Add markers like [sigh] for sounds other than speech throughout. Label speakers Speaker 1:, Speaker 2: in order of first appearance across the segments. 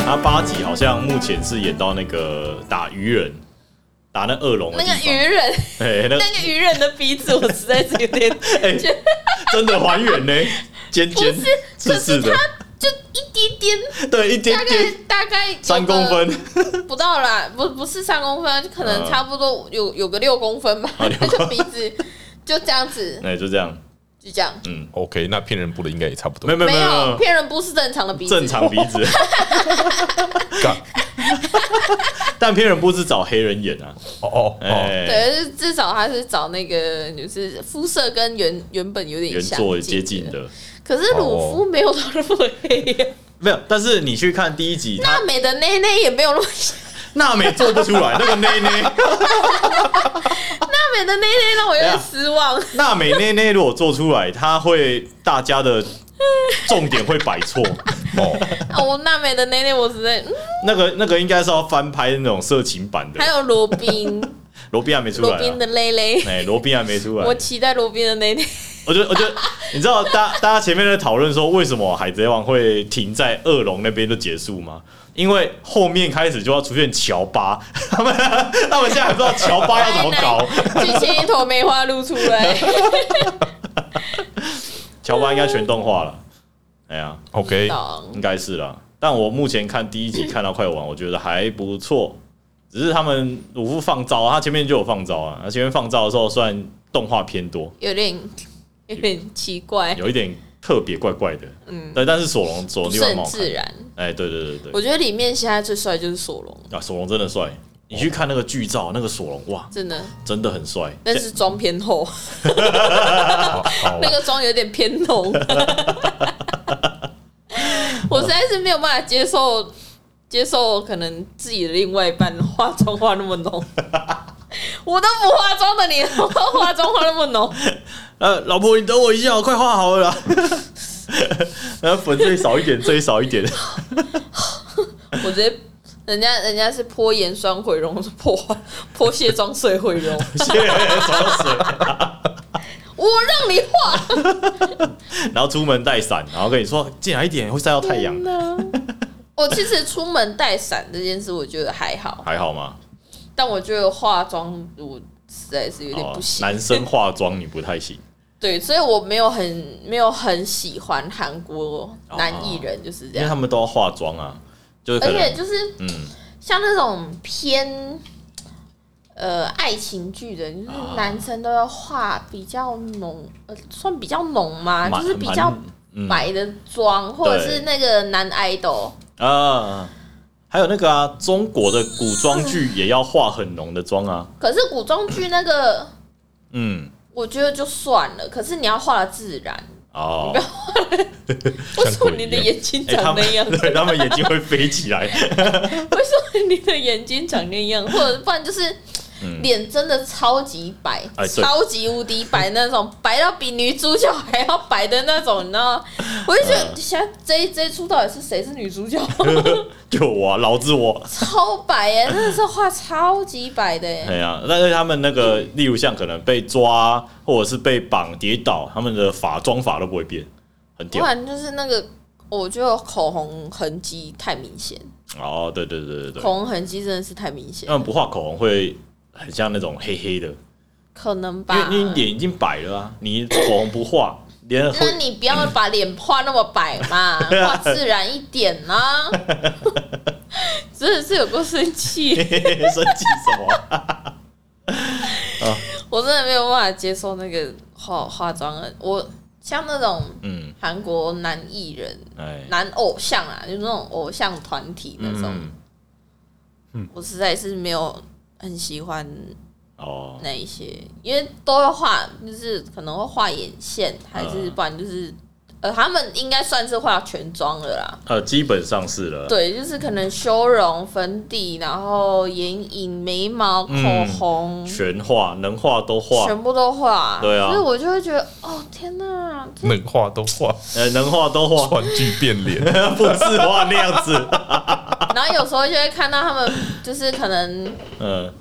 Speaker 1: 他八集好像目前是演到那个打鱼人，打那恶龙的
Speaker 2: 那
Speaker 1: 地
Speaker 2: 个
Speaker 1: 方。
Speaker 2: 愚人，
Speaker 1: 哎、那
Speaker 2: 那个愚人的鼻子，我实在是有点
Speaker 1: 哎、真的还原呢、尖尖
Speaker 2: [laughs] 不是，
Speaker 1: 刺
Speaker 2: 可
Speaker 1: 刺
Speaker 2: 是
Speaker 1: 的
Speaker 2: 他，就一滴点，
Speaker 1: 对，一点
Speaker 2: 大概
Speaker 1: 点
Speaker 2: 大概有个
Speaker 1: 三公分，
Speaker 2: [laughs] 不到啦，不不是三公分，就可能
Speaker 1: 嗯
Speaker 2: 差不多有有个六公分吧，
Speaker 1: 啊六
Speaker 2: 那
Speaker 1: 公
Speaker 2: 个鼻子就这样子，
Speaker 1: 哎、就这样，
Speaker 2: 就这样。
Speaker 1: 嗯，
Speaker 3: OK，那骗人部的应该也差不多
Speaker 1: 没。有没有
Speaker 2: 没
Speaker 1: 没
Speaker 2: 有
Speaker 1: 有，
Speaker 2: 骗人不是正常的鼻子，
Speaker 1: 正常鼻子，
Speaker 3: 干
Speaker 1: [laughs] 但骗人不是找黑人演啊，
Speaker 3: 哦哦
Speaker 1: 哎、
Speaker 3: 哦，
Speaker 2: 对，就是至少他是找那个就是肤色跟原原本有点
Speaker 1: 原
Speaker 2: 像
Speaker 1: 作接近
Speaker 2: 的，
Speaker 1: 的。
Speaker 2: 可是鲁夫没有到那么黑呀，
Speaker 1: 没有，但是你去看第一集，他
Speaker 2: 娜美的内内也没有那么 [laughs] 像，
Speaker 1: 娜美做不出来，那个内内，
Speaker 2: 娜美的内内让我
Speaker 1: 哎
Speaker 2: 有点失望。
Speaker 1: 娜美内内如果做出来，他会大家的重点会摆错。
Speaker 3: 哦，
Speaker 2: 啊，我娜美的内内我实在，嗯
Speaker 1: 那个那个应该是要翻拍那种色情版的
Speaker 2: 还，有罗宾，
Speaker 1: 罗宾还没出来、
Speaker 2: 罗
Speaker 1: 啊，
Speaker 2: 宾的内内，
Speaker 1: 哎，罗宾还没出来。
Speaker 2: 我期待罗宾的内内。
Speaker 1: 我觉得，我觉得，你知道，大大家前面在讨论说，为什么《海贼王》会停在恶龙那边就结束吗？因为后面开始就要出现乔巴， [laughs] 他们他们现在还不知道乔巴要怎么
Speaker 2: [laughs]
Speaker 1: 搞。
Speaker 2: 去切一坨梅花露出来，
Speaker 1: 乔巴应该全动画了，哎呀，
Speaker 3: OK，
Speaker 2: 懂
Speaker 1: 应该是啦。但我目前看第一集看到快完，我觉得还不错。只是他们鲁夫放招啊，他前面就有放招啊。他前面放招的时候，虽然动画偏多，
Speaker 2: 有点有点奇怪，
Speaker 1: 有一点特别怪怪的，
Speaker 2: 嗯，
Speaker 1: 对，但是索隆索
Speaker 2: 不
Speaker 1: 隆地
Speaker 2: 是
Speaker 1: 方蛮
Speaker 2: 很
Speaker 1: 好看
Speaker 2: 自。然。
Speaker 1: 哎，对对对对。
Speaker 2: 我觉得里面现在最帅就是索隆，
Speaker 1: 啊，索隆真的帅。你去看那个剧照，那个索隆哇，
Speaker 2: 真的，
Speaker 1: 真的很帅。
Speaker 2: 但是妆偏厚，
Speaker 3: 好，好
Speaker 2: 那个妆有点偏
Speaker 1: [laughs]
Speaker 2: 浓，我实在是没有办法接受接受可能自己的另外一半化妆化那么
Speaker 1: [laughs]
Speaker 2: 浓。我都不化妆的你，化妆化那么浓，
Speaker 1: 呃，老婆，你等我一下，我快画好了啦。 [laughs] 然后粉最少一点，最少一点。 [laughs]
Speaker 2: 我觉得人家人家是泼盐酸毁容，我是泼泼卸妆水毁容。
Speaker 1: 谢谢爽
Speaker 2: 我让你画，
Speaker 1: 死然后出门带伞，然后跟你说进来一点会晒到太阳，
Speaker 2: 我其实出门带伞这件事，我觉得还好，
Speaker 1: 还好吗？
Speaker 2: 但我觉得化妆我实在是有点不行。
Speaker 1: 哦男生化妆你不太
Speaker 2: [laughs]
Speaker 1: 行。
Speaker 2: 对，所以我没有很没有很喜欢韩国男艺人就是
Speaker 1: 因
Speaker 2: 这
Speaker 1: 为他
Speaker 2: 样，
Speaker 1: 们都要化妆啊，就是可
Speaker 2: 而且
Speaker 1: 能
Speaker 2: 就是
Speaker 1: 嗯，
Speaker 2: 像那种偏。呃，爱情剧的，就是
Speaker 1: 啊
Speaker 2: 男生都要画比较浓，呃，算比较浓嘛，
Speaker 1: 蛮
Speaker 2: 啊就是比较
Speaker 1: 蛮嗯
Speaker 2: 白的妆，或者是那个男 idol，
Speaker 1: 啊，还有那个啊，中国的古装剧也要化很浓的妆啊，
Speaker 2: 可是古装剧那个，
Speaker 1: 嗯，
Speaker 2: 我觉得就算了。可是你要画的自然，
Speaker 1: 哦，
Speaker 2: 为什么你的眼睛
Speaker 1: 哎，他
Speaker 2: 长
Speaker 1: 们
Speaker 2: 那样？
Speaker 1: 对他们眼睛会飞起
Speaker 2: [laughs]
Speaker 1: 来，
Speaker 2: 为什么你的眼睛长那样？或者不然就是
Speaker 1: 嗯
Speaker 2: 脸真的超级白，
Speaker 1: 哎对
Speaker 2: 超级无敌白那种，白到比女主角还要白的那种，你
Speaker 1: [laughs]
Speaker 2: 知道吗？我就觉
Speaker 1: 嗯
Speaker 2: 得，现在这一这一出到底是谁是女主角？ [laughs]
Speaker 1: 就我、啊、老子我，
Speaker 2: 超白耶、真的是画超级白的耶、
Speaker 1: 哎呀、但是他们那个，例如像可能被抓或者是被绑跌倒，他们的法妆法都不会变，很
Speaker 2: 不
Speaker 1: 屌。
Speaker 2: 然就是那个，我觉得口红痕迹太明显，
Speaker 1: 哦，对对对对哦对，
Speaker 2: 口红痕迹真的是太明显
Speaker 1: 他，们不画口红会很像那种黑黑的，
Speaker 2: 可能
Speaker 1: 因为
Speaker 2: 吧。
Speaker 1: 你脸已经白了啊，你口红不画，脸
Speaker 2: 那
Speaker 1: 会
Speaker 2: 你不要把脸画那么白
Speaker 1: [laughs]
Speaker 2: 嘛，画自然一点呐、真的是有够生
Speaker 1: [laughs]
Speaker 2: 气，
Speaker 1: 生气什么啊？
Speaker 2: 我真的没有办法接受那个化化妆的。我像那种
Speaker 1: 嗯，
Speaker 2: 韩国男艺人、
Speaker 1: 哎，
Speaker 2: 男偶像啊，就是那种偶像团体那种，
Speaker 1: 嗯，
Speaker 2: 我实在是没有很喜欢
Speaker 1: 哦，
Speaker 2: 那一些，因为都要画，就是可能会画眼线，还是
Speaker 1: 嗯
Speaker 2: 不然就是，呃，他们应该算是画全妆了啦。
Speaker 1: 呃，基本上是了，
Speaker 2: 对，就是可能修容、粉底，然后眼影、眉毛、口
Speaker 1: 嗯
Speaker 2: 红，
Speaker 1: 全画，能画都画，
Speaker 2: 全部都画。
Speaker 1: 对啊
Speaker 2: 所以我就会觉得，哦，天哪，
Speaker 1: [laughs]
Speaker 2: 这
Speaker 3: 能画都画，
Speaker 1: 呃，能画都 [laughs] 画，
Speaker 3: 川剧变 [laughs] 脸。
Speaker 1: 不是画那样子， [laughs]
Speaker 2: 然后有时候就会看到他们，就是可能
Speaker 1: 嗯，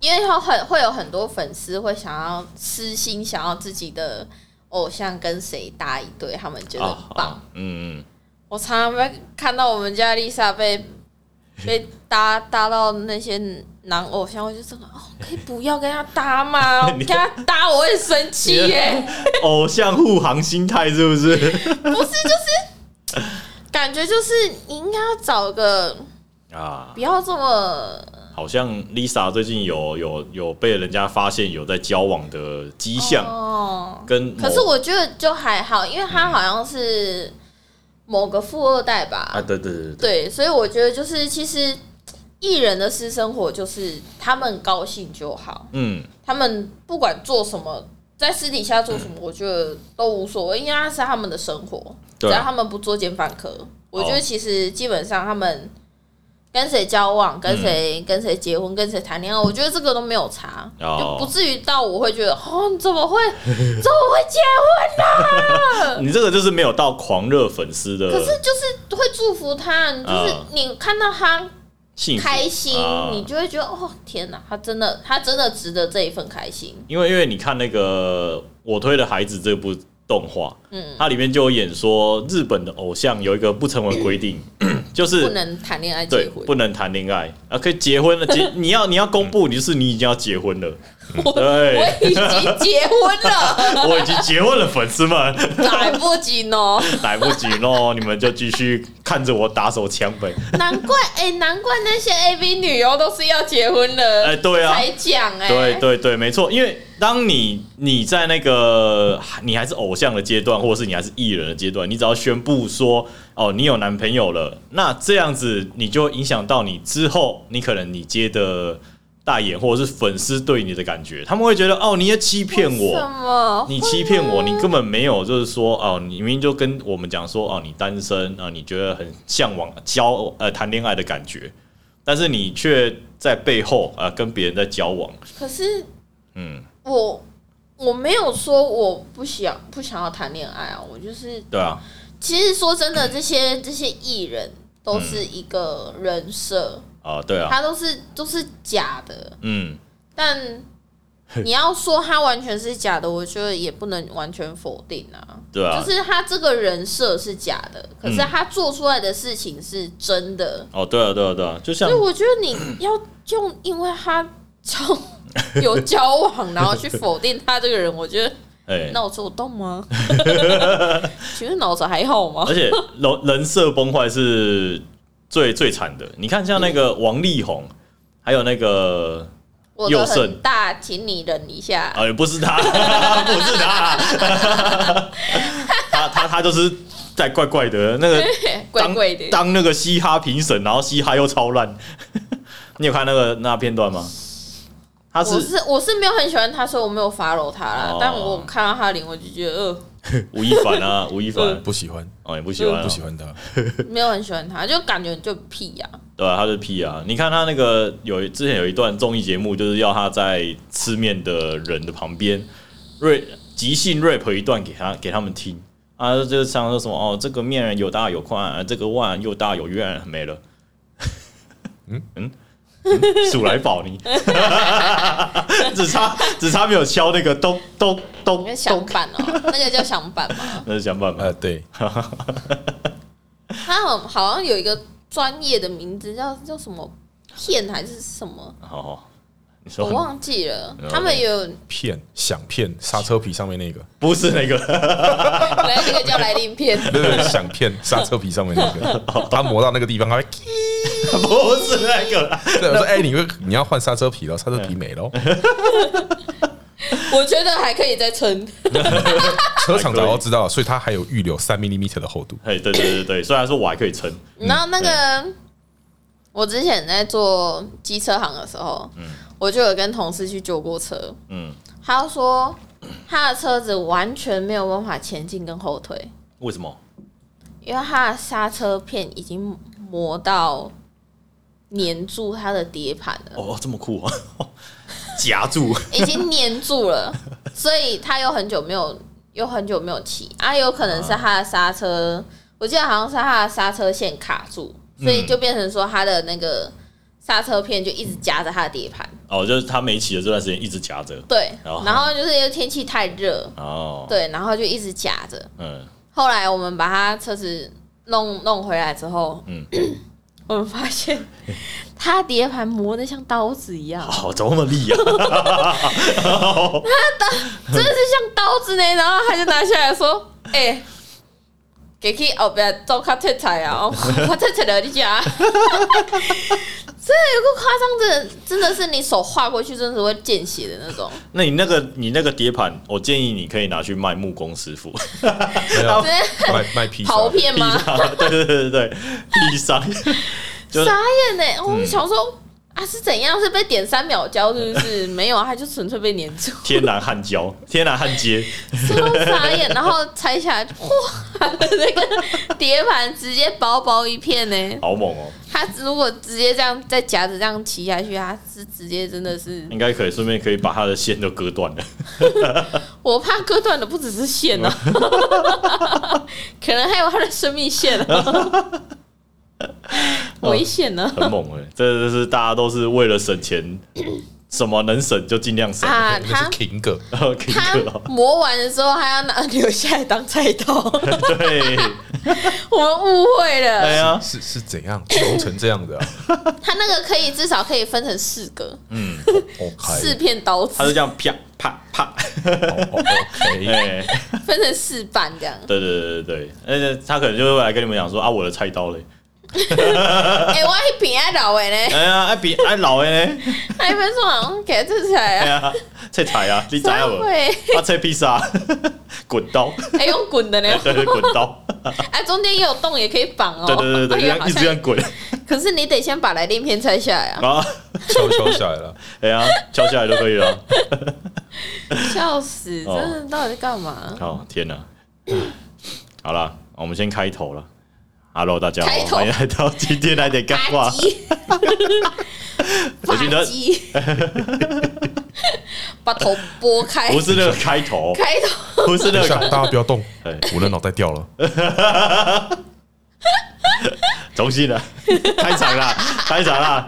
Speaker 2: 因为有很会有很多粉丝会想要私心想要自己的偶像跟谁搭一对，他们觉得很棒。，
Speaker 1: 啊嗯嗯，
Speaker 2: 我常常被看到我们家丽莎被 [laughs] 被搭搭到那些男偶像，我就真的哦，可以不要跟他搭吗？
Speaker 1: [laughs] 你
Speaker 2: 跟他搭我会生气耶，
Speaker 1: 偶像护航心态是不是？
Speaker 2: 感觉就是你应该要找个
Speaker 1: 啊，
Speaker 2: 不要这么
Speaker 1: 好像 Lisa 最近有有有被人家发现有在交往的迹象，
Speaker 2: 哦。
Speaker 1: 跟某
Speaker 2: 可是我觉得就还好，因为他好像是某个富二代吧，
Speaker 1: 啊，对对对对，
Speaker 2: 对，所以我觉得就是其实艺人的私生活就是他们高兴就好，
Speaker 1: 嗯，
Speaker 2: 他们不管做什么，在私底下做什么，
Speaker 1: 嗯
Speaker 2: 我觉得都无所谓，因为那是他们的生活，只
Speaker 1: 对啊
Speaker 2: 要他们不作奸犯科，我觉
Speaker 1: 哦
Speaker 2: 得其实基本上他们。跟谁交往，跟谁、跟谁结婚，跟谁谈恋爱，我觉得这个都没有差，
Speaker 1: 哦
Speaker 2: 就不至于到我会觉得哦，你怎
Speaker 1: [laughs]
Speaker 2: 么会怎么会结婚？
Speaker 1: 你这个就是没有到狂热粉丝
Speaker 2: 可是
Speaker 1: 的
Speaker 2: 就是会祝福他，就是
Speaker 1: 啊
Speaker 2: 你看到他
Speaker 1: 幸福
Speaker 2: 开心，
Speaker 1: 啊
Speaker 2: 你就会觉得哦，天哪，他真的，他真的值得这一份开心。
Speaker 1: 因为因为你看那个我推的孩子这部动画，
Speaker 2: 嗯，
Speaker 1: 它里面就有演说日本的偶像有一个不成文规定， [clears throat] 就是
Speaker 2: 嗯不能谈恋爱
Speaker 1: 对
Speaker 2: 结婚，
Speaker 1: 不能谈恋爱啊，可以结婚了，
Speaker 2: [laughs]
Speaker 1: 结你要你要公布，你就是你已经要结婚了，对
Speaker 2: 我，已经结婚 [laughs] 了，
Speaker 1: 我已经结婚了，粉丝们 [laughs]
Speaker 2: 来不及哦。
Speaker 1: 来不及喽，你们就继续看着我打手枪呗。
Speaker 2: 难怪，哎、难怪那些 A V 女优都是要结婚了，
Speaker 1: 哎对啊
Speaker 2: 才讲哎、
Speaker 1: 对对对，没错，因为当你你在那个你还是偶像的阶段，或者是你还是艺人的阶段，你只要宣布说哦你有男朋友了，那这样子你就会影响到你之后，你可能你接的代言或者是粉丝对你的感觉，他们会觉得哦你也欺骗
Speaker 2: 为什
Speaker 1: 我。
Speaker 2: 么？啊
Speaker 1: 你欺骗我，你根本没有，就是说，哦，你明明就跟我们讲说，哦，你单身啊，你觉得很向往交呃谈恋爱的感觉，但是你却在背后啊、呃跟别人在交往，
Speaker 2: 可是
Speaker 1: 嗯，
Speaker 2: 我我没有说我不想不想要谈恋爱啊，我就是
Speaker 1: 对啊，
Speaker 2: 其实说真的，这些这些艺人都是一个人设。
Speaker 1: 啊、对啊，
Speaker 2: 他都是都是假的，
Speaker 1: 嗯，
Speaker 2: 但你要说他完全是假的，我觉得也不能完全否定啊。
Speaker 1: 对啊，
Speaker 2: 就是他这个人设是假的，可是他做出来的事情是真的，
Speaker 1: 哦，对啊，对啊，对啊，就像
Speaker 2: 所以我觉得你要用，因为他交 [laughs] 有交往，然后去否定他这个人，我觉得
Speaker 1: 哎，
Speaker 2: 脑子有动吗？请问脑子还好吗
Speaker 1: [laughs] 而？且人人设崩坏是最最惨的。你看，像那
Speaker 2: 嗯
Speaker 1: 个王力宏，还有那个
Speaker 2: 我的
Speaker 1: 右肾
Speaker 2: 很大，请你忍一下。
Speaker 1: 呃，不是他， [laughs] 不是他， [laughs] 他他他就是在怪怪的那个
Speaker 2: [laughs] 怪
Speaker 1: 当
Speaker 2: [laughs] 怪的，
Speaker 1: 当那个嘻哈评审，然后嘻哈又超烂。 [laughs] 你有看那个那片段吗？他
Speaker 2: 我
Speaker 1: 是
Speaker 2: 是我是没有很喜欢他，所以我没有 follow 他啦。
Speaker 1: 哦
Speaker 2: 但我看到他的脸，我就觉得呃，
Speaker 1: 吴亦凡啊，吴亦凡
Speaker 2: [laughs] 嗯
Speaker 3: 不喜欢，
Speaker 1: 哦，也不喜欢啊，
Speaker 3: 不喜欢他，
Speaker 2: 没有很喜欢他，就感觉就屁呀、
Speaker 1: [laughs] 对啊，他是 P 啊！你看他那个有一之前有一段综艺节目，就是要他在吃面的人的旁边 rap 即兴 rap 一段给他给他们听啊，就是像说什么哦，这个面有大有宽、啊，这个碗又大有圆，没了。 [laughs] 嗯嗯， [laughs] 嗯数来宝你， [laughs] 只差只差没有敲那个咚咚咚
Speaker 2: 那响
Speaker 1: 咚，
Speaker 2: 板哦、那个叫响板嘛。
Speaker 1: 那是想办法
Speaker 3: 啊，对，
Speaker 2: 他好好像有一个专业的名字叫叫什么片还是什么，
Speaker 1: 好好，你
Speaker 2: 我
Speaker 1: 说
Speaker 2: 忘记了
Speaker 1: 嗯。
Speaker 2: 他们有
Speaker 3: 骗响骗刹车皮上面 [laughs] 那个，
Speaker 1: 不是那个 [laughs]
Speaker 2: 本来那个叫来临片，
Speaker 3: 对对，对响骗刹车皮上面那 [laughs] 个，把它磨到那个地方，它会。 [laughs]
Speaker 1: 不是那个 [laughs] 啦，
Speaker 3: 对，我说哎，你会你要换刹车皮了，刹车皮没 [laughs] 了，
Speaker 2: 我觉得还可以再撑。
Speaker 3: 车厂早就知道了，所以它还有预留三 m m 的厚度。
Speaker 1: 哎，对对对对，虽然说我还可以撑，
Speaker 2: 然后那个，我之前在做机车行的时候，我就有跟同事去救过车，
Speaker 1: 嗯，
Speaker 2: 他就说他的车子完全没有办法前进跟后退，
Speaker 1: 为什么？
Speaker 2: 因为他的刹车片已经磨到粘住他的碟盘了，
Speaker 1: 哦， [laughs] 这么酷啊！夹住，
Speaker 2: 已经粘住了，所以他有很久没有，有很久没有骑啊，有可能是他的刹车，我记得好像是他的刹车线卡住，所以就变成说他的那个刹车片就一直夹着他的碟盘，
Speaker 1: 哦，就是他没骑的这段时间一直夹着，
Speaker 2: 对，
Speaker 1: 然后
Speaker 2: 然后就是因为天气太热，
Speaker 1: 哦，
Speaker 2: 对，然后就一直夹着。
Speaker 1: 嗯，
Speaker 2: 后来我们把他车子弄弄回来之后，
Speaker 1: 嗯
Speaker 2: 我们发现他碟盘磨得像刀子一样，
Speaker 1: 好，怎么那么利
Speaker 2: [laughs]
Speaker 1: 啊？
Speaker 2: 真的是像刀子呢。然后他就拿下来说：“哎、给去后边做卡切菜啊，哦我切切了你啊家。”这有个夸张，真的真的是你手划过去，真的是会见血的那种。
Speaker 1: 那你那个你那个碟盘，我建议你可以拿去卖木工师
Speaker 2: [laughs]
Speaker 1: 傅，
Speaker 3: 没有
Speaker 2: 真的
Speaker 3: [laughs] 卖卖披萨，
Speaker 2: 跑片吗？
Speaker 1: [laughs] 对对对对对，地上就
Speaker 2: 傻眼呢、我们想说、啊，是怎样？是被点三秒胶是不是？没有啊，他就纯粹被粘住，
Speaker 1: 天然焊胶，天然焊接，
Speaker 2: 超傻眼。然后拆下来，哇，那个碟盘直接薄薄一片呢、
Speaker 1: 好猛哦！
Speaker 2: 他如果直接这样在夹子这样骑下去，他是直接真的是，
Speaker 1: 应该可以顺便可以把它的线都割断了。
Speaker 2: 我怕割断的不只是
Speaker 1: [laughs]
Speaker 2: 线啊，可能还有他的生命线啊，
Speaker 1: 哦
Speaker 2: 危险啊呢、
Speaker 1: 很猛哎、这就是大家都是为了省钱，什么能省就尽量省。
Speaker 2: 啊！
Speaker 3: 那
Speaker 2: 他
Speaker 3: 是 King 哥，
Speaker 1: 然后 [laughs] 可以
Speaker 2: 他
Speaker 1: 割到
Speaker 2: 磨完的时候还要拿 [laughs] 留下来当菜刀。
Speaker 1: 对，
Speaker 2: 我们误会
Speaker 1: 哎
Speaker 2: 了，
Speaker 1: 呀，
Speaker 3: 是是怎样穷成这样的啊？
Speaker 2: 它那个可以至少可以分成四个
Speaker 3: 哦
Speaker 1: 哎
Speaker 3: 嗨
Speaker 2: 四片刀
Speaker 1: 他就
Speaker 2: 子，
Speaker 1: 这样啪啪啪，
Speaker 3: 哦哦 OK，
Speaker 1: 哎、
Speaker 2: 分成四半这样。
Speaker 1: 对对对对对，而且他可能就会来跟你们讲说啊，我的菜刀嘞，
Speaker 2: 哎，我一平安老的
Speaker 1: [laughs]
Speaker 2: 呢，
Speaker 1: 哎呀，哎比哎老哎呢，
Speaker 2: 还分说好像给这起来
Speaker 1: 哎
Speaker 2: 啊，
Speaker 1: 呀，菜菜啊，你咋
Speaker 2: 三
Speaker 1: 了？
Speaker 2: 会
Speaker 1: [laughs] 啊，菜披萨，滚刀，
Speaker 2: 还哎用滚的呢，
Speaker 1: [laughs] 对对滚刀，
Speaker 2: 哎，中间也有洞也可以绑哦。
Speaker 1: 对对对对，
Speaker 2: [laughs]
Speaker 1: 这
Speaker 2: 哎呀
Speaker 1: 样一直这样滚
Speaker 2: 好像可是你得先把来电片拆下来啊，
Speaker 1: 啊，
Speaker 3: 悄悄下
Speaker 2: [laughs]
Speaker 3: 来了，
Speaker 1: 哎呀，敲下来就可以了。
Speaker 2: 笑死！真
Speaker 1: 哦
Speaker 2: 的到底在干嘛？
Speaker 1: 好、天哪！好了，我们先开头了。Hello，大家好
Speaker 2: 开，头
Speaker 1: 欢迎来到今天来点干话
Speaker 2: 吧。唧，
Speaker 1: 我觉得
Speaker 2: 吧唧， [laughs] 把头拨开，
Speaker 1: 不是那个开头，
Speaker 2: 开头。 [laughs]
Speaker 1: 不是
Speaker 3: 等
Speaker 1: 那
Speaker 3: 一下
Speaker 1: 个，
Speaker 3: 大家不要动
Speaker 1: 哎，
Speaker 3: 我的脑袋掉了，
Speaker 1: 重新 [laughs] 的开场啦，开场啦。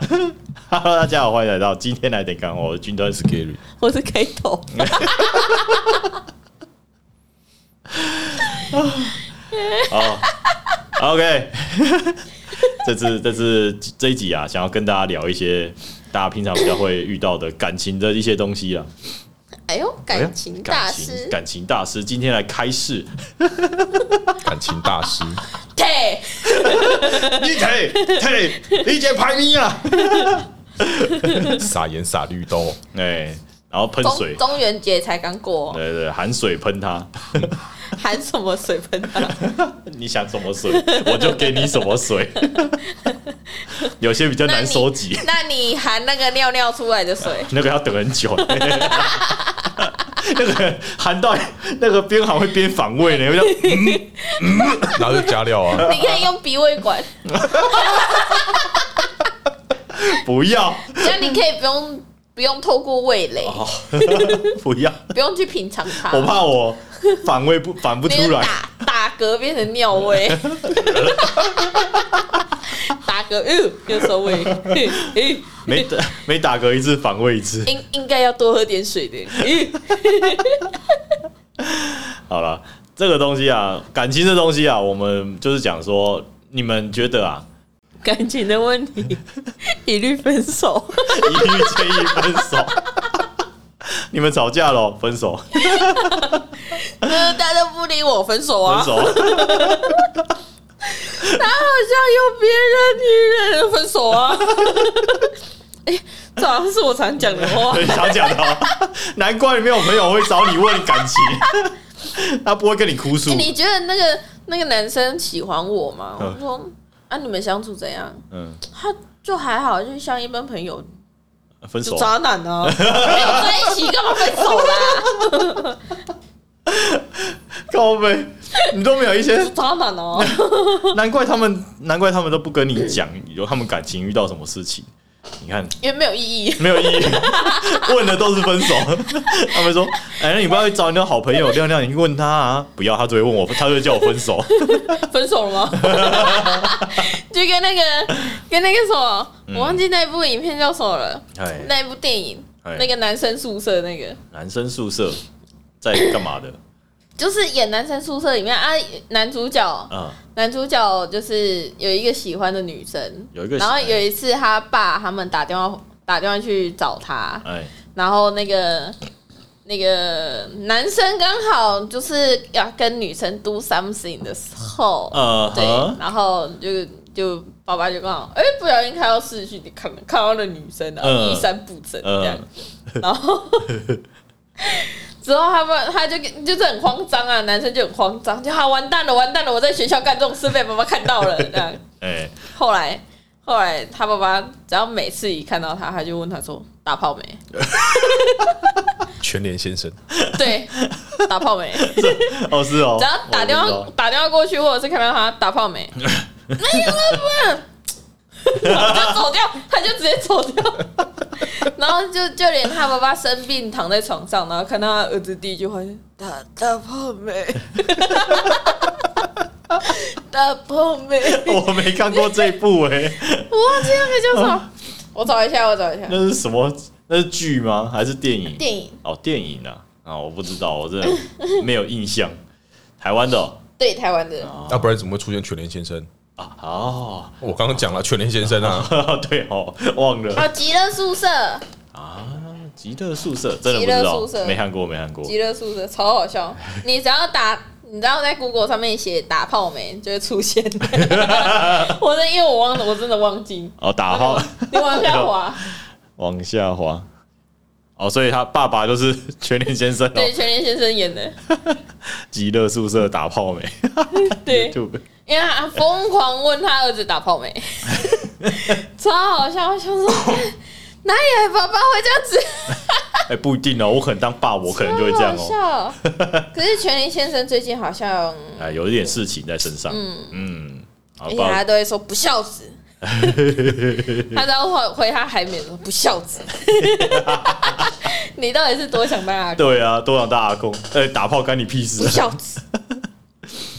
Speaker 1: Hello，大家好，欢迎来到今天来点干话，我是军端
Speaker 3: 是 Gary，
Speaker 2: 我是开头。
Speaker 1: 嗯哦。OK，这次这次这一集啊，想要跟大家聊一些大家平常比较会遇到的感情的一些东西啊。
Speaker 2: 哎呦，感情大
Speaker 1: 哎呀感
Speaker 2: 师
Speaker 1: 情，感情大师今天来开示，
Speaker 3: 感情大师，
Speaker 2: 对，
Speaker 1: [laughs] 你退退，你姐排名啊！
Speaker 3: 撒盐撒绿豆，
Speaker 1: [laughs] 哎、然后喷水
Speaker 2: 中，中元节才刚过，
Speaker 1: 对对，含水喷他， [laughs]
Speaker 2: 含什么水分啊？ [laughs]
Speaker 1: 你想什么水，我就给你什么水。 [laughs] 有些比较难收集，
Speaker 2: 那你含那个尿尿出来的水，
Speaker 1: [laughs] 那个要等很久。那个含到那个边行会边反胃呢，就
Speaker 3: 然后就加料啊，
Speaker 2: 你可以用鼻胃管， [laughs]
Speaker 1: 不要
Speaker 2: 这样你可以不用不用透过味蕾，
Speaker 1: 哦，不要，
Speaker 2: 不用去品尝它。
Speaker 1: 我怕我反胃不反不
Speaker 2: 你
Speaker 1: 出
Speaker 2: 的
Speaker 1: 来。
Speaker 2: 打打嗝变成尿味，
Speaker 1: [laughs]
Speaker 2: 打嗝，嗯，又收胃，嗯嗯，
Speaker 1: 每打每打嗝一次反胃一次。
Speaker 2: 应应该要多喝点水的，嗯
Speaker 1: 好了，这个东西啊，感情这东西啊，我们就是讲说，你们觉得啊，
Speaker 2: 感情的问题一律分
Speaker 1: [laughs]
Speaker 2: 手。
Speaker 1: 一律建议分手。你们吵架了，分手，
Speaker 2: 呃，大家不理我，分手啊！
Speaker 1: 分
Speaker 2: 他好
Speaker 1: 手，
Speaker 2: 像有别的女人，分手啊！ [laughs] 哎、这好像是我常讲的
Speaker 1: [laughs]
Speaker 2: 话。
Speaker 1: 很想讲的哦。难怪没有朋友会找你问感情，他不会跟你哭诉
Speaker 2: 哎。你觉得那个那个男生喜欢我吗？
Speaker 1: 嗯
Speaker 2: 我说啊，你们相处怎样？
Speaker 1: 嗯，
Speaker 2: 他就还好，就像一般朋友，
Speaker 1: 分手
Speaker 2: 就，渣男
Speaker 1: [laughs]
Speaker 2: 啊，没有在一起干嘛分手啦？
Speaker 1: 高飞，你都没有一些，
Speaker 2: 渣男
Speaker 1: [laughs]
Speaker 2: 哦、
Speaker 1: 难怪他们，难怪他们都不跟你讲，有他们感情遇到什么事情。你看
Speaker 2: 因为没有意义。
Speaker 1: 没有意义，问的都是分手。 [laughs] 他们说：“哎、那你不要去找你的好朋友亮亮，你问他啊，不要，他只会问我，他就会叫我分
Speaker 2: [laughs]
Speaker 1: 手。
Speaker 2: 分
Speaker 1: [laughs]
Speaker 2: 手了吗？就跟那个跟那个什么，
Speaker 1: 嗯
Speaker 2: 我忘记那部影片叫什么了，
Speaker 1: 哎
Speaker 2: 那一部电影，
Speaker 1: 哎
Speaker 2: 那个男生宿舍那个，
Speaker 1: 男生宿舍在干嘛的？
Speaker 2: 就是演男生宿舍里面啊，男主角
Speaker 1: 嗯，
Speaker 2: 男主角就是有一个喜欢的女生，
Speaker 1: 有一个喜
Speaker 2: 然后有一次他爸他们打电话打电话去找他，
Speaker 1: 哎，
Speaker 2: 然后那个。那个男生刚好就是要跟女生 do something 的时候，
Speaker 1: 呃，
Speaker 2: 对
Speaker 1: 呵，
Speaker 2: 然后就就爸爸就刚好哎、不小心看到视讯，看看到那女生啊，
Speaker 1: 嗯
Speaker 2: 衣衫不整
Speaker 1: 嗯
Speaker 2: 这样子，然后 [laughs] 之后他们他就就是很慌张啊，男生就很慌张，就啊完蛋了完蛋了，我在学校干这种事被爸爸看到了这
Speaker 1: [laughs]
Speaker 2: 样。
Speaker 1: 哎，
Speaker 2: 后来后来他爸爸只要每次一看到他，他就问他说打炮没？
Speaker 3: 全联先生，
Speaker 2: 对，打炮没？
Speaker 1: 哦是哦，
Speaker 2: 只要打电
Speaker 1: 我
Speaker 2: 话
Speaker 1: 不知道
Speaker 2: 打电话过去，或者是看到他打炮没，没有不然就走掉，他就直接走掉。然后就就连他爸爸生病躺在床上，然后看到他儿子第一句话是打打炮
Speaker 1: [laughs]
Speaker 2: 没，打炮没，
Speaker 1: 我没看过这一部哎、
Speaker 2: 我忘记那个叫什
Speaker 1: 哦
Speaker 2: 么，我找一下，我找一下
Speaker 1: 那是什么？那是剧吗？还是电影？
Speaker 2: 电影，
Speaker 1: 哦，电影啊，啊，我不知道，我真的没有印象。 [laughs] 台湾的哦
Speaker 2: 对台湾的，
Speaker 3: 要不然怎么会出现全联先生？
Speaker 1: 啊，哦，
Speaker 3: 我刚刚讲了全联先
Speaker 1: [laughs]
Speaker 3: 生啊，
Speaker 1: 对哦，忘了
Speaker 2: 哦，极乐宿舍，
Speaker 1: 啊，极乐宿舍真的不
Speaker 2: 极乐
Speaker 1: 知
Speaker 2: 宿舍
Speaker 1: 道，没看过，没看过。
Speaker 2: 极乐宿舍超
Speaker 1: [laughs]
Speaker 2: 好笑，你只要打，你知道在 Google 上面写打炮没，就会出现。 [laughs] 我真因为我忘了，我真的忘记。
Speaker 1: 哦，打号 [laughs]
Speaker 2: 你往下滑，
Speaker 1: 往下滑。哦，所以他爸爸就是 [laughs] 全脸先生哦，
Speaker 2: 对，全联先生演的，
Speaker 1: 极乐宿舍打炮
Speaker 2: [laughs]
Speaker 1: 没？
Speaker 2: 对，
Speaker 1: YouTube
Speaker 2: 因为他疯狂问他儿子打炮
Speaker 1: [laughs]
Speaker 2: 没，超好笑。我想说，哪里来爸爸会这样子？
Speaker 1: 哎、不一定哦，我可能当爸，我可能就会这样
Speaker 2: 超
Speaker 1: 哦。 [laughs]
Speaker 2: 好笑。可是全联先生最近好像，
Speaker 1: 哎，有一点事情在身上。嗯嗯，好
Speaker 2: 而且
Speaker 1: 吧
Speaker 2: 他，都会说不孝子。 [laughs] 他只要回回他海绵说不孝子， [laughs] 你到底是多想当阿公？
Speaker 1: 对啊，多想大阿公，哎、打炮干你屁事
Speaker 2: 不
Speaker 1: 啊。
Speaker 2: 孝子，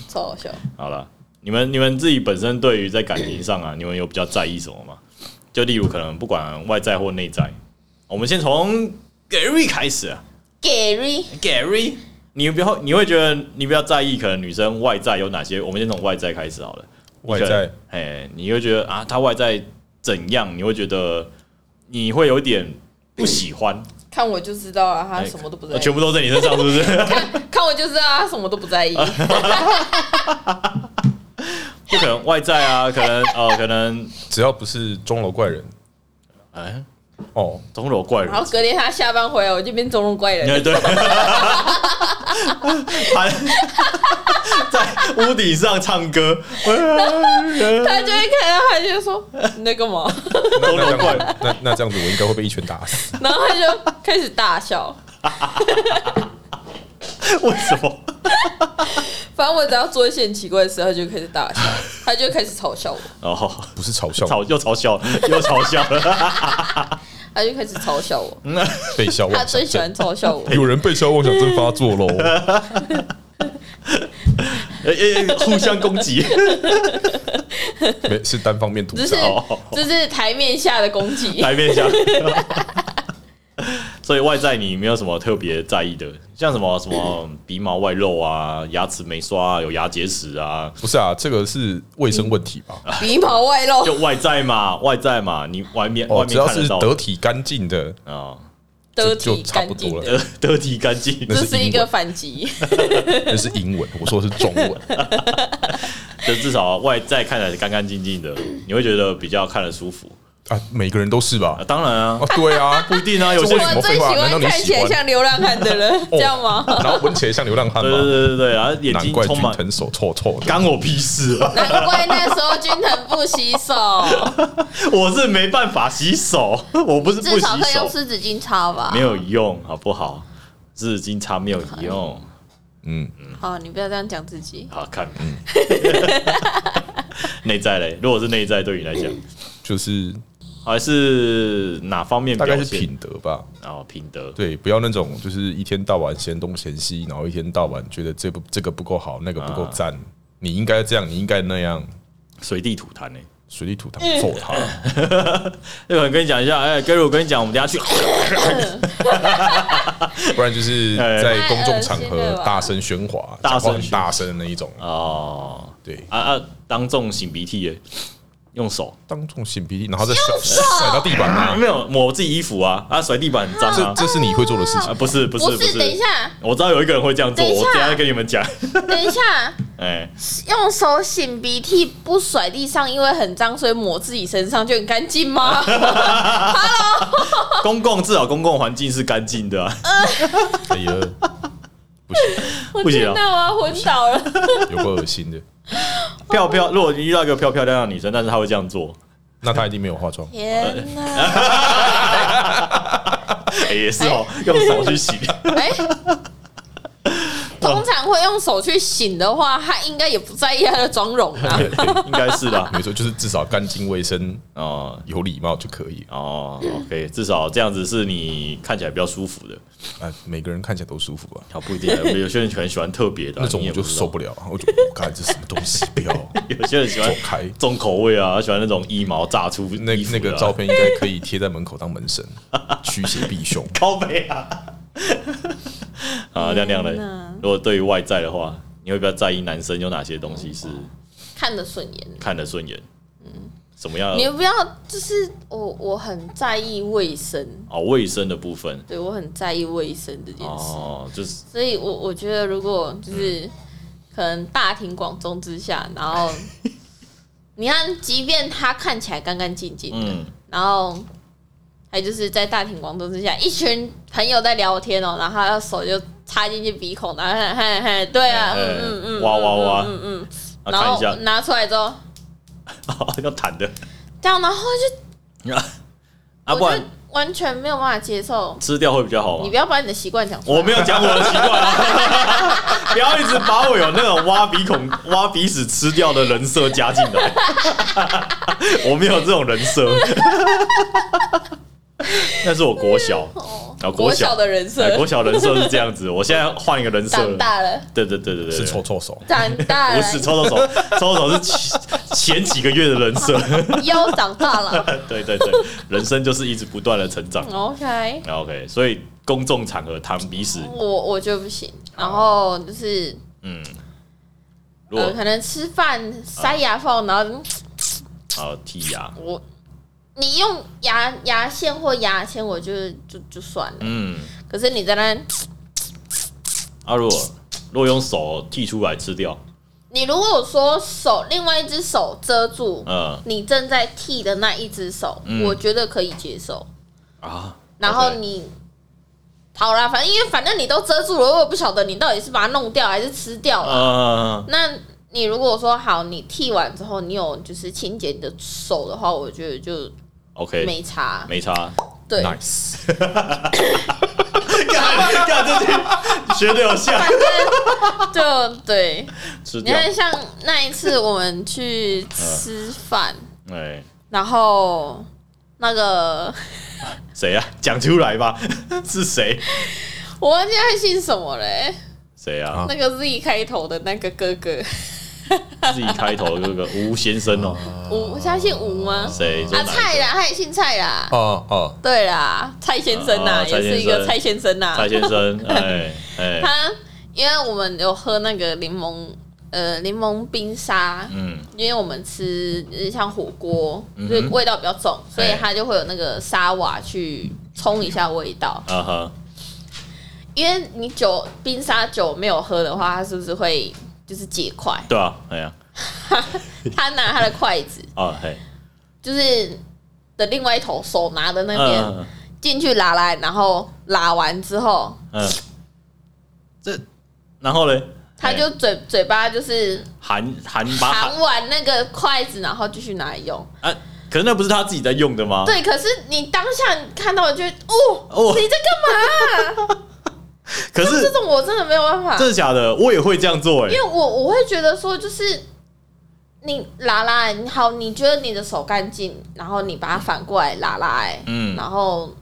Speaker 2: 超好笑。
Speaker 1: 好了，你们你们自己本身对于在感情上啊，你们有比较在意什么吗？就例如可能不管外在或内在，我们先从 Gary 开始啊。
Speaker 2: Gary，
Speaker 1: Gary，你比较你会觉得你比较在意可能女生外在有哪些？我们先从外在开始好了。
Speaker 3: 外在，
Speaker 1: 哎，你会觉得啊，她外在怎样？你会觉得你会有点不喜欢，
Speaker 2: 看我就知道啊，他
Speaker 1: 哎
Speaker 2: 什么都不在意。
Speaker 1: 全部都在你身上，是不是？
Speaker 2: 看看我就知道他什么都不在意。
Speaker 1: 啊就可能外在啊，可能呃，可能
Speaker 3: 只要不是钟楼怪人
Speaker 1: 哎，
Speaker 3: 哦，
Speaker 1: 钟楼怪人
Speaker 2: 然，后隔天他下班回来，我就变中龙怪人。
Speaker 1: 哎对，还在屋顶上唱歌，
Speaker 2: 他就会看到，他就说你在干嘛？
Speaker 3: 那那
Speaker 1: 钟楼
Speaker 3: 这
Speaker 1: 怪
Speaker 3: 样子，那那这样子，我应该会被一拳打死。
Speaker 2: 然后他就开始大笑。
Speaker 1: 为什么？
Speaker 2: 反正我只要做一些很奇怪的事，他就开始大笑，他就开始嘲笑我，
Speaker 1: 哦，
Speaker 3: 不是嘲笑，
Speaker 1: 嘲又嘲笑，又嘲笑了。
Speaker 2: 他就开始嘲笑我。
Speaker 3: 被笑妄
Speaker 2: 他
Speaker 3: 想
Speaker 2: 最
Speaker 3: 症。
Speaker 2: 喜欢嘲
Speaker 1: [laughs]
Speaker 2: 笑我，
Speaker 3: 有人被笑妄想症发作喽。
Speaker 1: 哎哎哎互相攻击
Speaker 3: 没是单方面吐
Speaker 2: 只是
Speaker 3: 槽。
Speaker 1: 哦
Speaker 2: 这是台面下的攻
Speaker 3: [laughs]
Speaker 2: 击。
Speaker 1: 台面下。所以外在你没有什么特别在意的，像什么什么鼻毛外露啊、牙齿没刷啊、有牙结石啊，
Speaker 3: 不是啊，这个是卫生问题
Speaker 1: 哎
Speaker 3: 吧？
Speaker 2: 鼻毛外露，
Speaker 1: 就外在嘛，外在嘛，你外面、
Speaker 3: 哦，
Speaker 1: 外
Speaker 3: 只
Speaker 1: 面
Speaker 3: 要
Speaker 1: 看
Speaker 3: 是
Speaker 1: 得到
Speaker 3: 得体干净的，
Speaker 1: 啊，
Speaker 2: 得
Speaker 3: 就
Speaker 2: 体
Speaker 3: 就差
Speaker 2: 干
Speaker 3: 不
Speaker 2: 净
Speaker 3: 多
Speaker 2: 的。
Speaker 1: 得得体干净，
Speaker 3: 那
Speaker 2: 这
Speaker 3: 是
Speaker 2: 是一个反
Speaker 3: [laughs]
Speaker 2: 击，
Speaker 3: 那是英文，我说的是中
Speaker 1: [laughs]
Speaker 3: 文。
Speaker 1: 就至少外在看起来干干净净的，你会觉得比较看得舒服
Speaker 3: 啊，每个人都是
Speaker 1: 啊。
Speaker 3: 吧？
Speaker 1: 当然啊
Speaker 3: [laughs] 啊，，对啊，
Speaker 1: 不一定
Speaker 3: [laughs]
Speaker 1: 啊，有些
Speaker 3: 这
Speaker 2: 我
Speaker 3: 是什么
Speaker 2: 最
Speaker 3: 废
Speaker 2: 喜
Speaker 3: 话难
Speaker 2: 欢
Speaker 3: 道你喜欢哦
Speaker 2: 看起来像流浪汉的
Speaker 3: [laughs]
Speaker 2: 人，这样吗？
Speaker 3: 然后闻起来像流浪汉
Speaker 1: 对对
Speaker 3: 嘛，
Speaker 1: 对对对，然后眼
Speaker 3: 难
Speaker 1: 睛
Speaker 3: 怪
Speaker 1: 充
Speaker 3: 君
Speaker 1: 满
Speaker 3: 腾手臭臭的。
Speaker 1: 干我屁事啊， [laughs]
Speaker 2: 难怪那时候君腾不洗
Speaker 3: [laughs]
Speaker 2: 手，
Speaker 1: 我是没办法洗手， [laughs] 我不是不
Speaker 2: 至
Speaker 1: 洗
Speaker 2: 少可以
Speaker 1: 手
Speaker 2: 用，湿纸巾擦吧
Speaker 1: 没。有用，好不好？纸巾擦没有用，
Speaker 3: 嗯，
Speaker 2: 好，你不要这样讲自己。
Speaker 1: 好看。 [laughs] 内在嘞，如果是内在，对你来讲，
Speaker 3: 就是
Speaker 1: 还是哪方面
Speaker 3: 大
Speaker 1: 表
Speaker 3: 概
Speaker 1: 现？
Speaker 3: 是品德吧。
Speaker 1: 哦，品德，
Speaker 3: 对，不要那种就是一天到晚嫌东嫌西，然后一天到晚觉得这不这个不够好，那个不够
Speaker 1: 啊
Speaker 3: 赞，你应该这样，你应该那样，
Speaker 1: 随地吐痰呢、欸。
Speaker 3: 随地吐痰，揍
Speaker 1: [laughs]
Speaker 3: 他！
Speaker 1: 日本人跟你讲一下，哎、g a r y 我跟你讲，我们等一下去。
Speaker 3: 不然就是在公众场
Speaker 2: 太恶心
Speaker 3: 合
Speaker 2: 了吧
Speaker 3: 大声喧哗，
Speaker 1: 哎大声
Speaker 3: 讲话很大声的那一种。
Speaker 1: 哦，
Speaker 3: 对，
Speaker 1: 啊啊，当众擤鼻涕、欸，用手
Speaker 3: 当众擤鼻涕，然后再甩甩到地板
Speaker 1: 啊，
Speaker 3: 啊！
Speaker 1: 没有抹自己衣服啊，啊，甩地板很脏
Speaker 3: 这
Speaker 1: 啊。
Speaker 3: 这是你会做的事
Speaker 1: 啊，
Speaker 2: [laughs]
Speaker 3: 情。
Speaker 1: 不是不是
Speaker 2: 不
Speaker 1: 不
Speaker 2: 是，等一下，
Speaker 1: 我知道有一个人会这样做，
Speaker 2: 等一
Speaker 1: 我
Speaker 2: 下
Speaker 1: 等一下跟你们讲。 [laughs]
Speaker 2: 等一 [laughs] 下，
Speaker 1: 哎、
Speaker 2: 用手擤鼻涕不甩地上，因为很脏，所以抹自己身上就很干净吗？
Speaker 1: 公共至少公共环境是干净
Speaker 2: [laughs]
Speaker 1: 的、啊，
Speaker 3: 哎呀， [laughs] 不行，
Speaker 2: 我
Speaker 1: 不行啊
Speaker 2: 听到啊，昏倒了。
Speaker 3: 有够恶心的。
Speaker 1: 漂漂。如果你遇到一个漂漂亮亮的女生，但是她会这样做，
Speaker 3: 那他一定没有化妆，
Speaker 2: 天哪！
Speaker 1: 哎也是
Speaker 2: [laughs]
Speaker 1: 哦，用手去洗。 [laughs]
Speaker 2: 哎，通常会用手去擤的话，他应该也不在意他的妆容
Speaker 1: [laughs]
Speaker 2: 啊。
Speaker 3: 对，对
Speaker 1: 应该是啦。
Speaker 3: 没错，就是至少干净卫生、
Speaker 1: 哦
Speaker 3: 有礼貌就可以了
Speaker 1: 哦，OK，至少这样子是你看起来比较舒服的。
Speaker 3: 啊。每个人看起来都舒服吧。
Speaker 1: 好，不一定啊，有些人很喜欢特别的啊、
Speaker 3: 那种
Speaker 1: 你
Speaker 3: 我
Speaker 1: 也
Speaker 3: 就
Speaker 1: 知道
Speaker 3: 受不了，啊我就我看这什么东西，
Speaker 1: [laughs]
Speaker 3: 不要
Speaker 1: 有些人喜欢
Speaker 3: 走开
Speaker 1: 重口味啊，喜欢那种一毛炸出
Speaker 3: 那
Speaker 1: 衣服的
Speaker 3: 那
Speaker 1: 啊
Speaker 3: 个照片应该可以贴在门口当门神，驱邪避凶。
Speaker 1: 靠背啊。啊，亮亮的
Speaker 2: 天哪，
Speaker 1: 如果对于外在的话，你会比较在意男生有哪些东西
Speaker 2: 哦
Speaker 1: 是
Speaker 2: 看得顺眼。
Speaker 1: 看得顺眼？嗯，什么样
Speaker 2: 你
Speaker 1: 的？
Speaker 2: 不要，就是我我很在意卫生，
Speaker 1: 哦，卫生的部分
Speaker 2: 对我很在意卫生这件事，
Speaker 1: 哦，就是
Speaker 2: 所以我我觉得如果就是、可能大庭广众之下，然后你看，即便他看起来干干净净的，
Speaker 1: 嗯
Speaker 2: 然后还就是在大庭广众之下，一群朋友在聊天哦，然后他的手就插进去鼻孔，然后嘿嘿嘿，对啊，
Speaker 1: 哎
Speaker 2: 嗯嗯嗯，
Speaker 1: 哇哇哇
Speaker 2: 嗯嗯嗯，
Speaker 1: 啊，
Speaker 2: 然
Speaker 1: 看一
Speaker 2: 后嗯
Speaker 1: 下，
Speaker 2: 拿出来之后，
Speaker 1: [laughs] 要弹的
Speaker 2: 这样，然后就
Speaker 1: 啊，不
Speaker 2: 我
Speaker 1: 然
Speaker 2: 就完全没有办法接受。
Speaker 1: 吃掉会比较好
Speaker 2: 你
Speaker 1: 吗
Speaker 2: 不？要把你的习惯讲出来。
Speaker 1: 我没有讲我的习惯啊，不要一直把我有那种挖鼻孔、挖鼻屎吃掉的人设加进来， [laughs] 我没有这种人设， [laughs] 那是我国小。
Speaker 2: 哦
Speaker 1: 啊国
Speaker 2: 国
Speaker 1: 小
Speaker 2: 小的人
Speaker 1: 哎，
Speaker 2: 设
Speaker 1: 国，小人设是这样子，我现在换一个人设
Speaker 2: 长
Speaker 1: 了。
Speaker 2: 大了，
Speaker 1: 对对对对 [laughs] 对，
Speaker 3: 是
Speaker 1: 对
Speaker 3: 臭，臭手，
Speaker 2: 长大
Speaker 1: 不
Speaker 2: 了，
Speaker 1: 是抽抽手，抽抽手是前前几个月的人设。 [laughs]
Speaker 2: 腰长大了。
Speaker 1: 对对对，人生就是一直不断的成长。啊
Speaker 2: OK，
Speaker 1: OK，所以公众场合淌鼻屎，
Speaker 2: 我我就不行。然后就是
Speaker 1: 嗯，如
Speaker 2: 呃，
Speaker 1: 果
Speaker 2: 可能吃饭塞牙缝，然后
Speaker 1: 啊剔牙，
Speaker 2: 我你用牙牙线或牙签，我觉得就就算了。
Speaker 1: 嗯，
Speaker 2: 可是你在那，
Speaker 1: 啊如果如果用手剔出来吃掉，
Speaker 2: 你如果说手另外一只手遮住
Speaker 1: 嗯
Speaker 2: 你正在剃的那一只手，
Speaker 1: 嗯
Speaker 2: 我觉得可以接受。
Speaker 1: 啊，
Speaker 2: 然后
Speaker 1: OK
Speaker 2: 你好啦，反正因为反正你都遮住了，我也不晓得你到底是把它弄掉还是吃掉了。
Speaker 1: 呃，
Speaker 2: 那你如果说好，你剃完之后你有就是清洁你的手的话，我觉得就
Speaker 1: OK，
Speaker 2: 没差。
Speaker 1: 没差。
Speaker 2: 对，反
Speaker 3: nice，
Speaker 1: 干干这些学的有像，
Speaker 2: 正就对。
Speaker 1: 吃
Speaker 2: 你
Speaker 1: 掉，
Speaker 2: 看，像那一次我们去吃饭，
Speaker 1: 哎，
Speaker 2: 然后那个 [laughs]
Speaker 1: 谁呀？讲出来吧， [laughs] 是谁？
Speaker 2: 我忘记他姓什么嘞，
Speaker 1: 谁
Speaker 3: 啊
Speaker 1: 啊？
Speaker 2: 那个 Z 开头的那个哥哥，
Speaker 1: 自己开头的这个吴先生哦，
Speaker 2: 吴，他姓吴吗？
Speaker 1: 谁？
Speaker 2: 啊，
Speaker 1: 说哪一个
Speaker 2: 蔡啦，他也姓蔡啦。
Speaker 3: 哦哦，
Speaker 2: 对啦，蔡先生呐、
Speaker 1: 啊
Speaker 2: 也是一个
Speaker 1: 蔡
Speaker 2: 蔡先生呐、
Speaker 1: 蔡先
Speaker 2: [laughs]
Speaker 1: 生，哎哎，
Speaker 2: 啊他因为我们有喝那个柠檬呃柠檬冰沙，
Speaker 1: 嗯
Speaker 2: 因为我们吃呃像火锅，
Speaker 1: 嗯哼
Speaker 2: 所以味道比较重，所以
Speaker 1: 哎
Speaker 2: 它就会有那个沙瓦去冲一下味道。
Speaker 1: 啊哈，
Speaker 2: 因为你酒冰沙酒没有喝的话，它是不是会就是结
Speaker 1: [laughs]
Speaker 2: 块？
Speaker 1: 对啊，哎呀
Speaker 2: 他拿他的筷子，
Speaker 1: 啊嘿，
Speaker 2: 就是的另外一头手拿的那边
Speaker 1: 嗯
Speaker 2: 进去拉来，然后拉完之后，
Speaker 1: 嗯，这然后嘞，
Speaker 2: 他就
Speaker 1: 哎
Speaker 2: 嘴嘴巴就是
Speaker 1: 含含把
Speaker 2: 含
Speaker 1: 含
Speaker 2: 完那个筷子，然后继续拿来用。
Speaker 1: 啊，可是那不是他自己在用的吗？
Speaker 2: 对，可是你当下看到，我就哦，
Speaker 1: 哦
Speaker 2: 你在干嘛、
Speaker 1: 可
Speaker 2: 这
Speaker 1: [laughs] 是
Speaker 2: 种我真的没有办法，
Speaker 1: 真的假的？我也会这样做哎
Speaker 2: 因为，我我会觉得说，就是你拉拉、欸，你好，你觉得你的手干净，然后你把它反过来拉拉、欸，
Speaker 1: 嗯
Speaker 2: 然后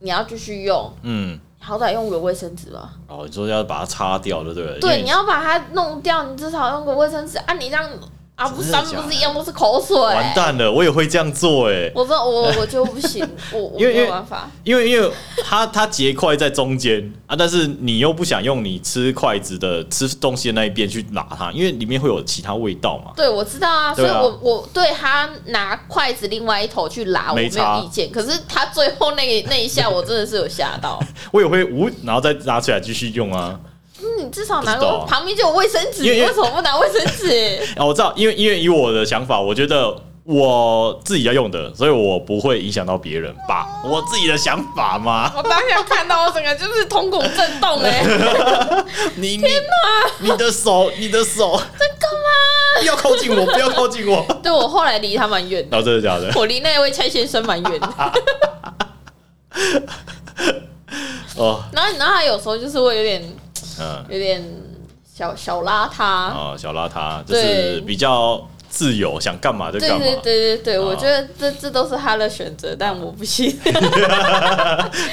Speaker 2: 你要继续用，
Speaker 1: 嗯，
Speaker 2: 好歹用个卫生纸吧。
Speaker 1: 哦，你说要把它擦掉，对不对？因为
Speaker 2: 对，你要把它弄掉，你至少用个卫生纸啊！你这样啊，不
Speaker 1: 真的
Speaker 2: 三
Speaker 1: 假的
Speaker 2: 不是一样都是口水、
Speaker 1: 完蛋了，我也会这样做哎，
Speaker 2: 我说我我就不行，我
Speaker 1: [laughs]
Speaker 2: 我
Speaker 1: 因为
Speaker 2: 没
Speaker 1: 因
Speaker 2: 有
Speaker 1: 为
Speaker 2: 办法。
Speaker 1: 因为因为它它结块在中间啊，但是你又不想用你吃筷子的吃东西的那一边去拿它，因为里面会有其他味道嘛。
Speaker 2: 对，我知道啊，所以
Speaker 1: 对啊
Speaker 2: 我我对他拿筷子另外一头去拉，我没
Speaker 1: 没差
Speaker 2: 有意见。可是他最后那那一下，我真的是有吓到。
Speaker 1: 我也会无，然后再拿起来继续用啊。
Speaker 2: 嗯，你至少拿
Speaker 1: 不知道
Speaker 2: 个
Speaker 1: 啊
Speaker 2: 旁边就有卫生纸，
Speaker 1: 因为
Speaker 2: 你为什么不拿卫生纸？
Speaker 1: 啊，我知道，因为因为以我的想法，我觉得我自己要用的，所以我不会影响到别人吧，我自己的想法嘛。
Speaker 2: [laughs] 我当下看到我整个就是瞳孔震动哎、
Speaker 1: [laughs] 你天哪，你的手，你的手，在干嘛？不要靠近我，不要靠近我。
Speaker 2: 对我后来离他蛮远的，
Speaker 1: 哦然后真的 [laughs] 假的？
Speaker 2: 我离那位蔡先生蛮
Speaker 1: [laughs]
Speaker 2: 远的。
Speaker 1: 哦，
Speaker 2: 然后你知道他有时候就是会有点
Speaker 1: 嗯，
Speaker 2: 有点小小邋遢，
Speaker 1: 哦，小邋遢，就
Speaker 2: 对
Speaker 1: 是比较自由，想干嘛就
Speaker 2: 对
Speaker 1: 干嘛。
Speaker 2: 对对对对，我
Speaker 1: 哦
Speaker 2: 觉得这这都是他的选择，但我不
Speaker 1: [laughs]
Speaker 2: 行，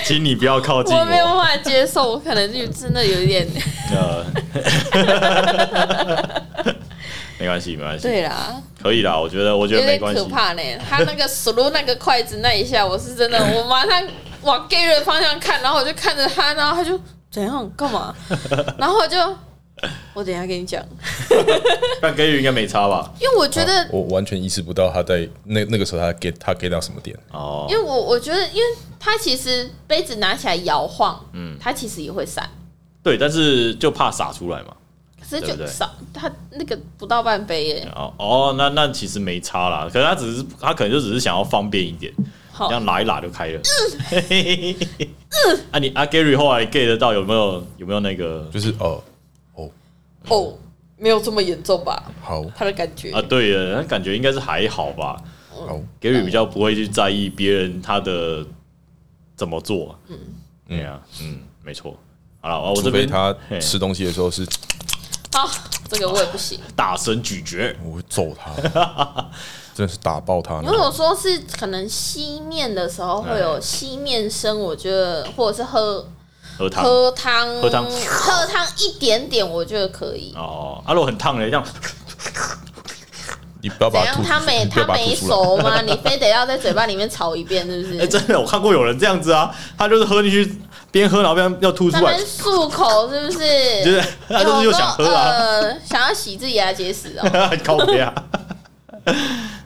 Speaker 1: 请你不要靠近
Speaker 2: [laughs] 我没有办
Speaker 1: 我。
Speaker 2: 法接受，我可能就真的有一点 [laughs]
Speaker 1: 呃， [laughs] 没关系，没关系，
Speaker 2: 对啦，
Speaker 1: 可以啦。我觉得，我觉
Speaker 2: 有
Speaker 1: 得没
Speaker 2: 点
Speaker 1: 关
Speaker 2: 可
Speaker 1: 系。
Speaker 2: 怕呢。他那个 slow 那个筷子那一下，我是
Speaker 1: [laughs]
Speaker 2: 真的，我马上往 gay 的方向看，然后我就看着他，然后他就怎样干
Speaker 1: [laughs]
Speaker 2: 嘛，然后我就我等一下跟你讲，
Speaker 1: 但给予应该没差吧？
Speaker 2: 因为我觉
Speaker 1: 哦
Speaker 2: 得
Speaker 3: 啊我完全意识不到他在那那个时候他 get 他 get 到什么点。
Speaker 1: 哦
Speaker 2: 因，为我我觉得，因为它其实杯子拿起来摇晃，嗯，它其实也会散，
Speaker 1: 对，但是就怕洒出来嘛。
Speaker 2: 可是
Speaker 1: 对
Speaker 2: 就
Speaker 1: 不对
Speaker 2: 少它那个不到半杯耶，
Speaker 1: 哦哦，那那其实没差啦，可是他只是他可能就只是想要方便一点，
Speaker 2: 好
Speaker 1: 这，样拉一拉就开了。嘿嘿嘿嘿啊你，啊 Gary 后来 get 得到有没有有没有那个
Speaker 3: 就是哦哦
Speaker 2: 哦，没有这么严重吧？
Speaker 3: 好
Speaker 2: 他的感觉
Speaker 1: 啊？对了，那感觉应该是还好吧
Speaker 3: 好，
Speaker 1: ，Gary 比较不会去在意别人他的怎么做。嗯，对呀、嗯，没错。好了，我
Speaker 3: 除
Speaker 1: 这
Speaker 3: 非
Speaker 1: 边
Speaker 3: 他
Speaker 1: 嘿
Speaker 3: 吃东西的时候是，
Speaker 2: 好，这个我也不行。
Speaker 1: 大声咀嚼，
Speaker 3: 我会
Speaker 1: [laughs]
Speaker 3: 揍他，真的是打爆他那
Speaker 2: 如果
Speaker 3: 种。
Speaker 2: 说是可能吸面的时候会
Speaker 1: 哎
Speaker 2: 有吸面声，我觉得或者是喝
Speaker 1: 喝汤。
Speaker 2: 喝汤
Speaker 1: 喝汤
Speaker 2: 喝汤一点点，我觉得可以。
Speaker 1: 哦，阿、啊、洛很烫嘞，这样
Speaker 3: 你不要
Speaker 2: 怎
Speaker 3: 把它
Speaker 2: 样？
Speaker 3: 吐出，
Speaker 2: 他没
Speaker 3: 你不要
Speaker 2: 他
Speaker 3: 把它
Speaker 2: 没
Speaker 3: 吐出来。
Speaker 2: 熟吗？ [laughs] 你非得要在嘴巴里面炒一遍，是不是？
Speaker 1: 哎、真的，我看过有人这样子啊，他就是喝进去，边喝然后边要吐
Speaker 2: 他
Speaker 1: 出来
Speaker 2: 们，漱口是不是？
Speaker 1: [laughs] 就是他就是又想喝啊，
Speaker 2: 呃，想要洗自己牙结石
Speaker 1: [laughs]
Speaker 2: 哦。
Speaker 1: 靠背啊，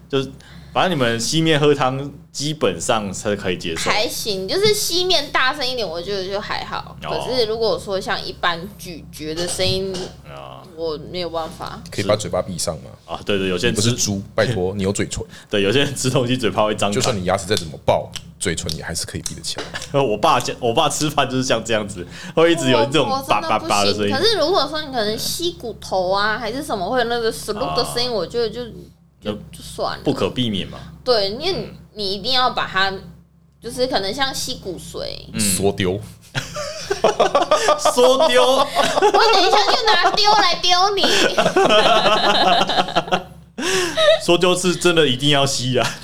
Speaker 1: 就是反正你们西面喝汤基本上是可以接受，
Speaker 2: 还行，就是吸面大声一点，我觉得就还好。
Speaker 1: 哦
Speaker 2: 可是如果说像一般咀嚼的声音，
Speaker 1: 啊
Speaker 2: 我没有办法。
Speaker 3: 可以把嘴巴闭上吗？
Speaker 1: 啊，对对，有些人
Speaker 3: 你不是
Speaker 1: 吃
Speaker 2: [laughs]
Speaker 3: 猪，拜托，你有嘴唇，
Speaker 1: 对有些人吃东西嘴巴会
Speaker 2: 嗯
Speaker 1: 张
Speaker 3: 就
Speaker 1: 开
Speaker 3: 算，你牙齿再怎么爆，嘴唇也还是可以闭得起来。
Speaker 1: [laughs] 我爸像我爸吃饭就是像这样子，会一直有这种
Speaker 2: 我我真
Speaker 1: 叭
Speaker 2: 的
Speaker 1: 叭
Speaker 2: 不
Speaker 1: 叭的
Speaker 2: 行
Speaker 1: 声音
Speaker 2: 可，是如果说你可能吸骨头啊，还是什么会有那个 s l o 的声音，我觉得就就
Speaker 1: 那
Speaker 2: 就算了。
Speaker 1: 不可避免嘛，
Speaker 2: 对，因为你一定要把它，就是可能像吸
Speaker 1: [laughs]
Speaker 2: 骨髓，
Speaker 3: 缩丢，
Speaker 1: 说丢。
Speaker 2: 我等一下就拿丢来丢
Speaker 1: [laughs]
Speaker 2: 你。
Speaker 1: 说丢是真的一定要吸啊，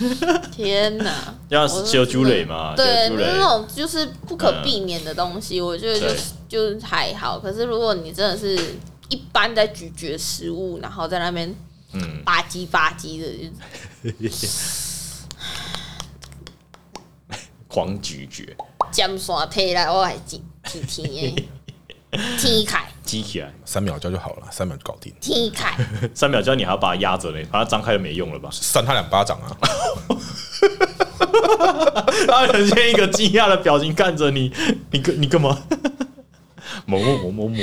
Speaker 2: 天哪！
Speaker 1: 要
Speaker 2: 我
Speaker 1: 小酒类嘛，
Speaker 2: 对，
Speaker 1: 酒
Speaker 2: 那
Speaker 1: 类
Speaker 2: 种就是不可避免的东
Speaker 1: 嗯
Speaker 2: 西，我觉得就是就是还好。可是如果你真的是一般在咀嚼食物，然后在那边
Speaker 1: 嗯，
Speaker 2: 吧唧吧唧的，就
Speaker 1: 狂咀嚼，
Speaker 2: 尖刷推来，我还挺挺挺
Speaker 1: [laughs]
Speaker 2: 耶，踢开
Speaker 1: 激起来，
Speaker 3: 三秒教就好了，三秒就搞定，
Speaker 2: 踢开，
Speaker 1: 三秒之后你还要把它压着嘞，把它张开就没用了吧？
Speaker 3: 扇他两巴掌
Speaker 2: [laughs]
Speaker 3: 啊！
Speaker 1: 他呈现一个惊讶的表情看着你，你干你干嘛？某某某某 [laughs] 某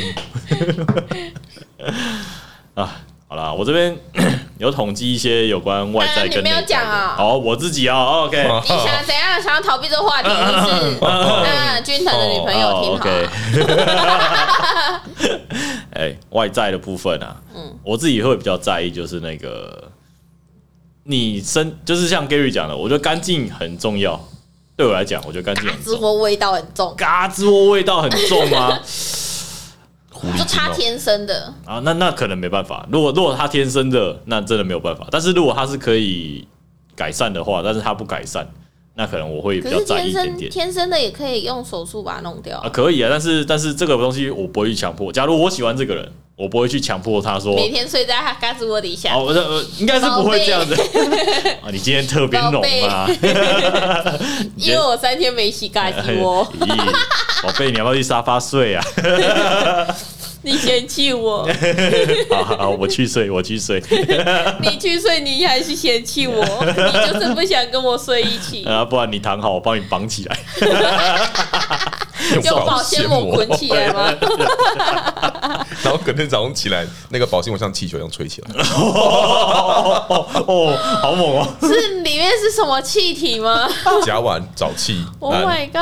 Speaker 1: 啊，好啦，我这边 [coughs] 有统计一些有关外在
Speaker 2: 啊你
Speaker 1: 跟哦
Speaker 2: 没
Speaker 1: 内
Speaker 2: 有
Speaker 1: 在
Speaker 2: 讲
Speaker 1: 的
Speaker 2: 啊
Speaker 1: 好，我自己哦，OK，
Speaker 3: 啊
Speaker 2: 你想怎样？想要逃避这个话题
Speaker 1: [laughs]
Speaker 2: 是不是？那君腾的女朋友
Speaker 1: 哦
Speaker 2: 挺
Speaker 1: 哦
Speaker 2: 好啊，
Speaker 1: OK [laughs] 哎，外在的部分啊，嗯，我自己会比较在意，就是那个你身，就是像 Gary 讲的，我觉得干净很重要。对我来
Speaker 2: 啊
Speaker 1: 讲，我觉得干净
Speaker 2: 嘎
Speaker 1: 很重
Speaker 2: 吱
Speaker 1: 要。
Speaker 2: 窝味道很重。 [laughs]
Speaker 1: 嘎吱窝味道很重吗？
Speaker 3: 狐狸
Speaker 2: 就
Speaker 3: 精
Speaker 2: 他
Speaker 3: 哦、
Speaker 2: 天生的，
Speaker 1: 啊，那那可能没办法。如果如果他天生的，那真的没有办法。但是如果他是可以改善的话，但是他不改善，那可能我会比
Speaker 2: 可
Speaker 1: 较
Speaker 2: 是
Speaker 1: 在意
Speaker 2: 天
Speaker 1: 一点
Speaker 2: 生
Speaker 1: 点。
Speaker 2: 天生的也可以用手术把它弄掉
Speaker 1: 啊，，可以啊，但是但是这个东西我不会去强迫。假如我喜欢这个人，我不会去强迫他说，
Speaker 2: 每天睡在他胳肢窝底下
Speaker 1: 哦，。我这呃应该是不会这样子。 [laughs] 啊，你今天特别浓啊，你今
Speaker 2: 因
Speaker 1: 天
Speaker 2: 为我三天没洗嘎肢窝，
Speaker 1: [laughs] 咦宝贝，你要不要去沙发睡啊？ [laughs]
Speaker 2: 你嫌弃我，
Speaker 1: 好好，好我去睡，我去睡。
Speaker 2: 你去睡，你还是嫌弃我，你就是不想跟我睡一起，
Speaker 1: 啊，不然你躺好，我帮你绑起来。
Speaker 3: 用
Speaker 2: 用保鲜膜捆起来吗？
Speaker 3: 然后隔天早上起来，那个保鲜膜像气球一样吹起来，
Speaker 1: 哦
Speaker 2: [laughs]
Speaker 1: 哦哦哦，好猛哦！ [laughs]
Speaker 2: 是里面是什么气体吗
Speaker 3: 甲烷、沼气、
Speaker 2: ？Oh
Speaker 3: 氨
Speaker 2: my god！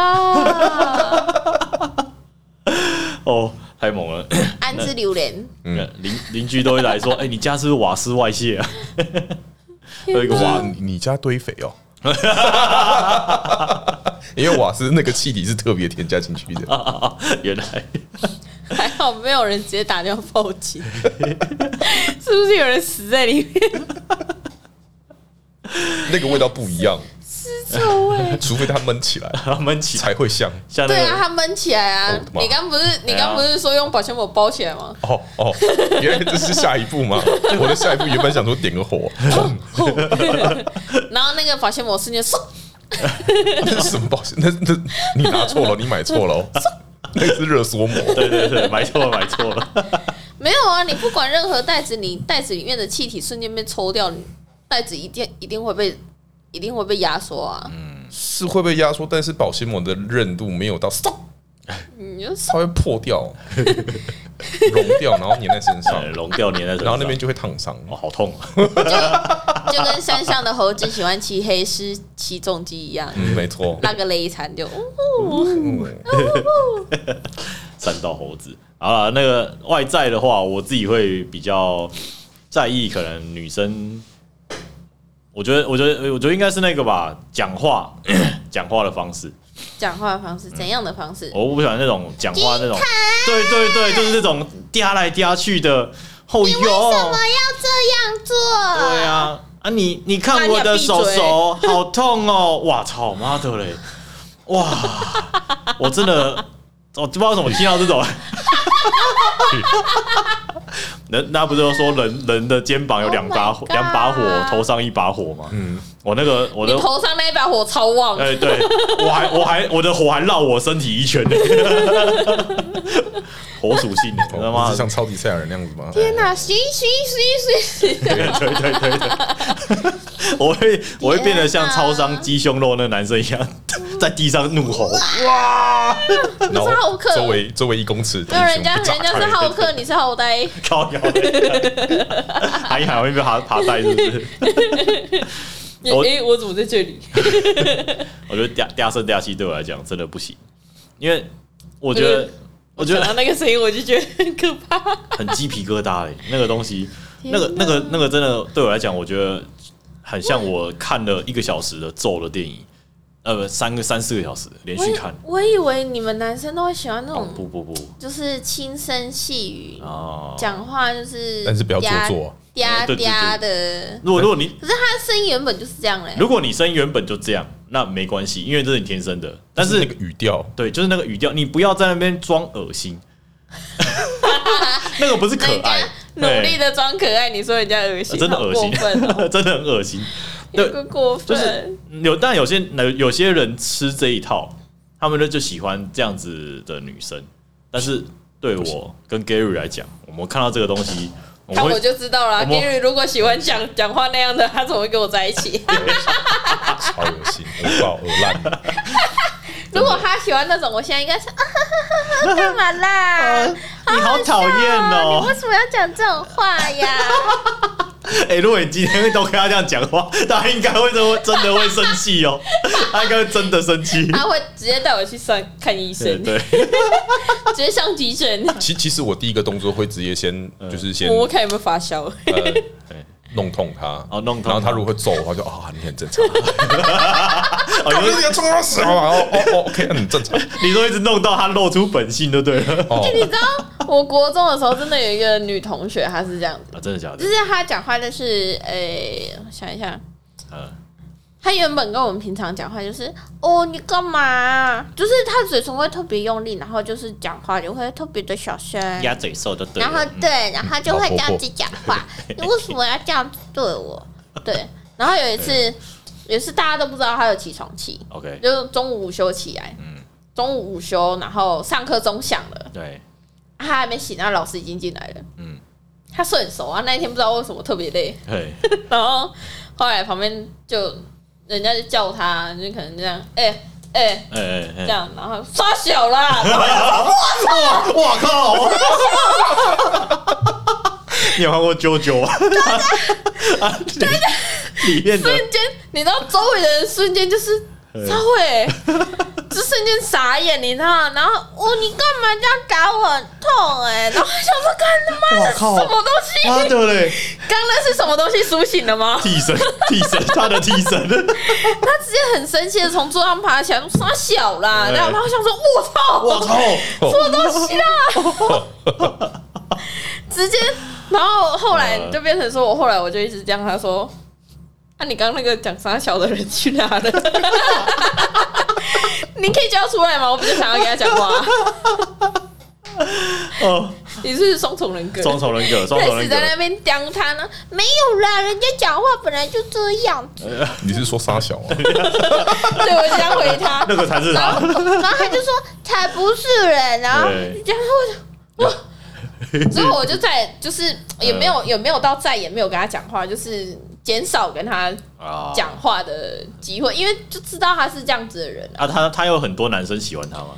Speaker 1: 哦，太猛了！
Speaker 2: 安之榴莲，
Speaker 1: [laughs]
Speaker 3: 嗯
Speaker 1: 邻邻居都会来说：“哎、你家是不是瓦斯外泄啊？”有一个
Speaker 3: 哇
Speaker 1: 瓦，，
Speaker 3: 你你家堆肥哦。 [laughs] 因为瓦斯那个气体是特别添加进去
Speaker 2: 啊
Speaker 3: 的，
Speaker 1: 原来
Speaker 2: 还好没有人直接打掉报警， [laughs] 是不是有人死在里面？
Speaker 3: 那个味道不一样，
Speaker 2: 是臭
Speaker 1: [laughs]
Speaker 2: 味。
Speaker 3: 除非它闷起来
Speaker 1: 他们起
Speaker 3: 才会香。
Speaker 1: 像那
Speaker 2: 对啊，
Speaker 1: 个
Speaker 2: 它闷起来啊
Speaker 3: 哦！妈
Speaker 2: 你刚不
Speaker 1: 哎
Speaker 2: 是你刚不是说用保鲜膜包起
Speaker 1: [laughs]
Speaker 2: 来吗？
Speaker 3: 哦哦，原来这是下一步吗？我的下一步原本想说点个火，
Speaker 2: 吼然后那个保鲜膜瞬间嗖，
Speaker 3: 那 [laughs] 是什么保险？那那你拿错了，你买错了 [laughs] 哦，那个是热缩膜。
Speaker 1: 对对对，买错了买错了，
Speaker 2: 没有啊！你不管任何袋子，你袋子里面的气体瞬间被抽掉，你袋子一定一定会被一定会被压缩啊！
Speaker 3: 是会被压缩，但是保鲜膜的韧度没有到，
Speaker 1: 嗯
Speaker 2: 你就
Speaker 3: 它会破掉， [laughs] 融掉，然后粘在身上
Speaker 1: 哎，龙掉粘在身上
Speaker 3: 然后那边就会烫伤。
Speaker 1: 哦好痛啊！
Speaker 2: [laughs] 就跟山上的猴子喜欢骑黑狮、骑重机一样，
Speaker 3: 嗯，没
Speaker 1: [laughs]
Speaker 3: 错。
Speaker 2: 那个雷残就呜
Speaker 3: 嗯
Speaker 1: 三道猴子。好了，那个外在的话，我自己会比较在意，可能女生，我觉得，我觉得，我觉得应该是那个吧，讲话讲话的方式，
Speaker 2: 讲话的方式，怎样的方式？
Speaker 1: 我不喜欢那种讲话那种，对对对，就是那种嗲来嗲去的。后哟，
Speaker 2: 要这样做
Speaker 1: 对啊，啊你你看
Speaker 2: 那你
Speaker 1: 我
Speaker 2: 要
Speaker 1: 的
Speaker 2: 闭
Speaker 1: 手
Speaker 2: 嘴
Speaker 1: 手好痛哦，哇操妈的嘞，哇，我真的我不知道怎么听到这种。 [laughs] 人那不是都说人人的肩膀有
Speaker 2: Oh
Speaker 1: 两把
Speaker 2: my
Speaker 1: 火
Speaker 2: God
Speaker 1: 两把火，头上一把火嘛。
Speaker 3: 嗯，
Speaker 1: 我那个我的
Speaker 2: 你头上那一把火超旺，
Speaker 1: 哎、对我还我还我的火还绕我身体一圈呢， [laughs] 火属性的，他
Speaker 3: 哦
Speaker 1: 妈
Speaker 3: 是
Speaker 1: 的
Speaker 3: 像超级赛亚人那样子吗？
Speaker 2: 天哪、行行行行行，
Speaker 1: 对对对对对 [laughs] 我会我会变得像超商鸡胸肉那个男生一样，在地上怒吼，
Speaker 3: 哇！哎然
Speaker 2: 是浩克
Speaker 3: 周围周围一公尺，
Speaker 2: 没有人家
Speaker 3: 英雄
Speaker 2: 人
Speaker 3: 不
Speaker 2: 家
Speaker 3: 炸
Speaker 2: 是
Speaker 3: 开
Speaker 1: [laughs]
Speaker 2: 浩克，你是浩呆，
Speaker 1: 靠腰的，还还会被爬爬带是不是？
Speaker 2: 哎
Speaker 1: 我
Speaker 2: 我怎么在这里？
Speaker 1: 我觉得嗲嗲声嗲气对我来讲真的不行，因为我觉得我觉得
Speaker 2: 那个声音，我就觉得很可怕。
Speaker 1: 很鸡皮疙瘩哎、那个东西，
Speaker 2: 天
Speaker 1: 那
Speaker 2: 哪
Speaker 1: 个那个那个真的对我来讲，我觉得很像我看了一个小时的咒的电影，呃，不三个三四个小时连
Speaker 2: 我
Speaker 1: 续
Speaker 2: 以
Speaker 1: 看。
Speaker 2: 我以为你们男生都会喜欢那
Speaker 1: 哦
Speaker 2: 种，
Speaker 1: 不不不
Speaker 2: 就是轻声细语，
Speaker 1: 哦，
Speaker 2: 讲话就是，
Speaker 3: 但是不要做作，
Speaker 2: 嗲
Speaker 1: 哎对对对
Speaker 2: 嗲的。
Speaker 1: 如果如果你
Speaker 2: 可是他的声音原本就是这样嘞、
Speaker 1: 如果你声音原本就这样，那没关系，因为这是你天生的。但
Speaker 3: 就是
Speaker 1: 是
Speaker 3: 那个语调，
Speaker 1: 对，就是那个语调，你不要在那边装恶心， [laughs] 那个不是可
Speaker 2: 人
Speaker 1: 爱
Speaker 2: 家，努
Speaker 1: 对
Speaker 2: 力的装可爱，你说人家恶心，
Speaker 1: 哎真的恶心
Speaker 2: 好过分、哦，
Speaker 1: 真的很恶心。[laughs]
Speaker 2: 有
Speaker 1: 对，
Speaker 2: 个过分。
Speaker 1: 就是有，但有些有有些人吃这一套，他们就就喜欢这样子的女生。但是对我跟 Gary 来讲，我们看到这个东西，我
Speaker 2: 看
Speaker 1: 们
Speaker 2: 我
Speaker 1: 会
Speaker 2: 就知道啦
Speaker 1: 我们
Speaker 2: ，Gary 如果喜欢讲讲话那样的， [laughs] 他怎么会跟我在一
Speaker 1: [laughs]
Speaker 2: 起？
Speaker 3: 超恶心，恶爆、恶烂，
Speaker 2: 如果他喜欢那种，我现在应该是啊哈哈哈哈，干嘛啦？
Speaker 1: 你好讨厌哦
Speaker 2: 哦，你为！什么要讲这种话
Speaker 1: [laughs]
Speaker 2: 呀？
Speaker 1: 哎、如果你今天都跟他这样讲话，他应该会真的真的会生气哦，他应该会真的生气。
Speaker 2: 他会直接带我去上看医
Speaker 1: 对
Speaker 2: 生，
Speaker 1: 对，
Speaker 2: 直接上急
Speaker 1: [laughs]
Speaker 2: 诊，
Speaker 3: 其其实我第一个动作会直接先就是先
Speaker 1: [laughs]
Speaker 2: 摸摸看有没有发烧。
Speaker 3: 呃
Speaker 1: 对，
Speaker 3: 弄痛他，
Speaker 1: 哦弄痛他
Speaker 3: 然后他如果会揍的话，就啊，你很正常，
Speaker 1: [laughs] 哦
Speaker 3: 干
Speaker 1: 你
Speaker 3: 嘛
Speaker 1: 说
Speaker 3: 你要冲他死啊？哦哦哦，OK，那你
Speaker 1: [laughs]
Speaker 3: 正常。
Speaker 1: 你说一直弄到他露出本性就对了，
Speaker 3: 哦，
Speaker 2: 你知道，我国中的时候真的有一个女同学，她是这样子，
Speaker 1: 啊，真的假的
Speaker 2: 就？是她讲话就是，诶、我想一下，
Speaker 1: 嗯，
Speaker 2: 她原本跟我们平常讲话就是，哦，你干嘛？就是她嘴唇会特别用力，然后就是讲话就会特别的小声，
Speaker 1: 鸭嘴兽就对
Speaker 2: 然后
Speaker 1: 了。嗯
Speaker 2: 对，然后就会这
Speaker 3: 老婆婆
Speaker 2: 样子讲话，你为什么要这样子对我？对，然后有一次，也是大家都不知道她有起床气，
Speaker 1: OK，
Speaker 2: 就是中午午休起来，中午午休，然后上课钟响了。
Speaker 1: 对，
Speaker 2: 他还没醒，那老师已经进来了。
Speaker 1: 嗯
Speaker 2: 嗯，他睡很熟啊，那一天不知道为什么特别累，
Speaker 1: 嘿，
Speaker 2: 然后后来旁边就人家就叫他，就可能这样，哎、哎、
Speaker 1: 哎哎
Speaker 2: 这
Speaker 1: 哎，
Speaker 2: 样，然后刷小啦，然后
Speaker 1: 哇靠！你有看过《啾啾》啊？ [laughs] 里里面的
Speaker 2: 瞬间你知道周围的人瞬间就是
Speaker 1: 嗯
Speaker 2: 超会、就瞬间傻眼，你知道吗？然后哦，你干嘛这样打我？很痛哎、然后想说，干他妈
Speaker 1: 哇
Speaker 2: 的
Speaker 1: 靠
Speaker 2: 什么东西？
Speaker 1: 妈的嘞，
Speaker 2: 刚那是什么东西苏醒了吗？
Speaker 1: 替身替身，他的替身，
Speaker 2: 他直接很生气的从桌上爬起来，说傻小啦，
Speaker 1: 哎
Speaker 2: 然后他想说，我操，
Speaker 1: 我操！
Speaker 2: 什么东西啦？ [laughs] 直接，然后后来
Speaker 1: 嗯
Speaker 2: 就变成说我后来我就一直这样，他说，啊，你刚刚那个讲傻小的人去哪了？ [laughs] 你可以叫他出来吗？我不是想要跟他讲话，
Speaker 1: 哦，
Speaker 2: 你是不是双重人格。
Speaker 1: 双重人格，双
Speaker 2: 开
Speaker 1: 重
Speaker 2: 始
Speaker 1: 人
Speaker 2: 在那
Speaker 1: 格，
Speaker 2: 边刁他呢，没有啦，人家讲话本来就这样子，
Speaker 3: 你是说沙小吗？啊
Speaker 2: 对我这样回他，
Speaker 1: [laughs] 那个才是
Speaker 2: 然
Speaker 1: 他
Speaker 2: 后。然后他就说才不是人，然后
Speaker 1: 对
Speaker 2: 然后我就我，之后我就再就是也没有也没有到再也没有跟他讲话，就是减少跟他
Speaker 1: 啊
Speaker 2: 讲话的机会，因为就知道他是这样子的人啊。
Speaker 1: 啊，他他有很多男生喜欢他吗？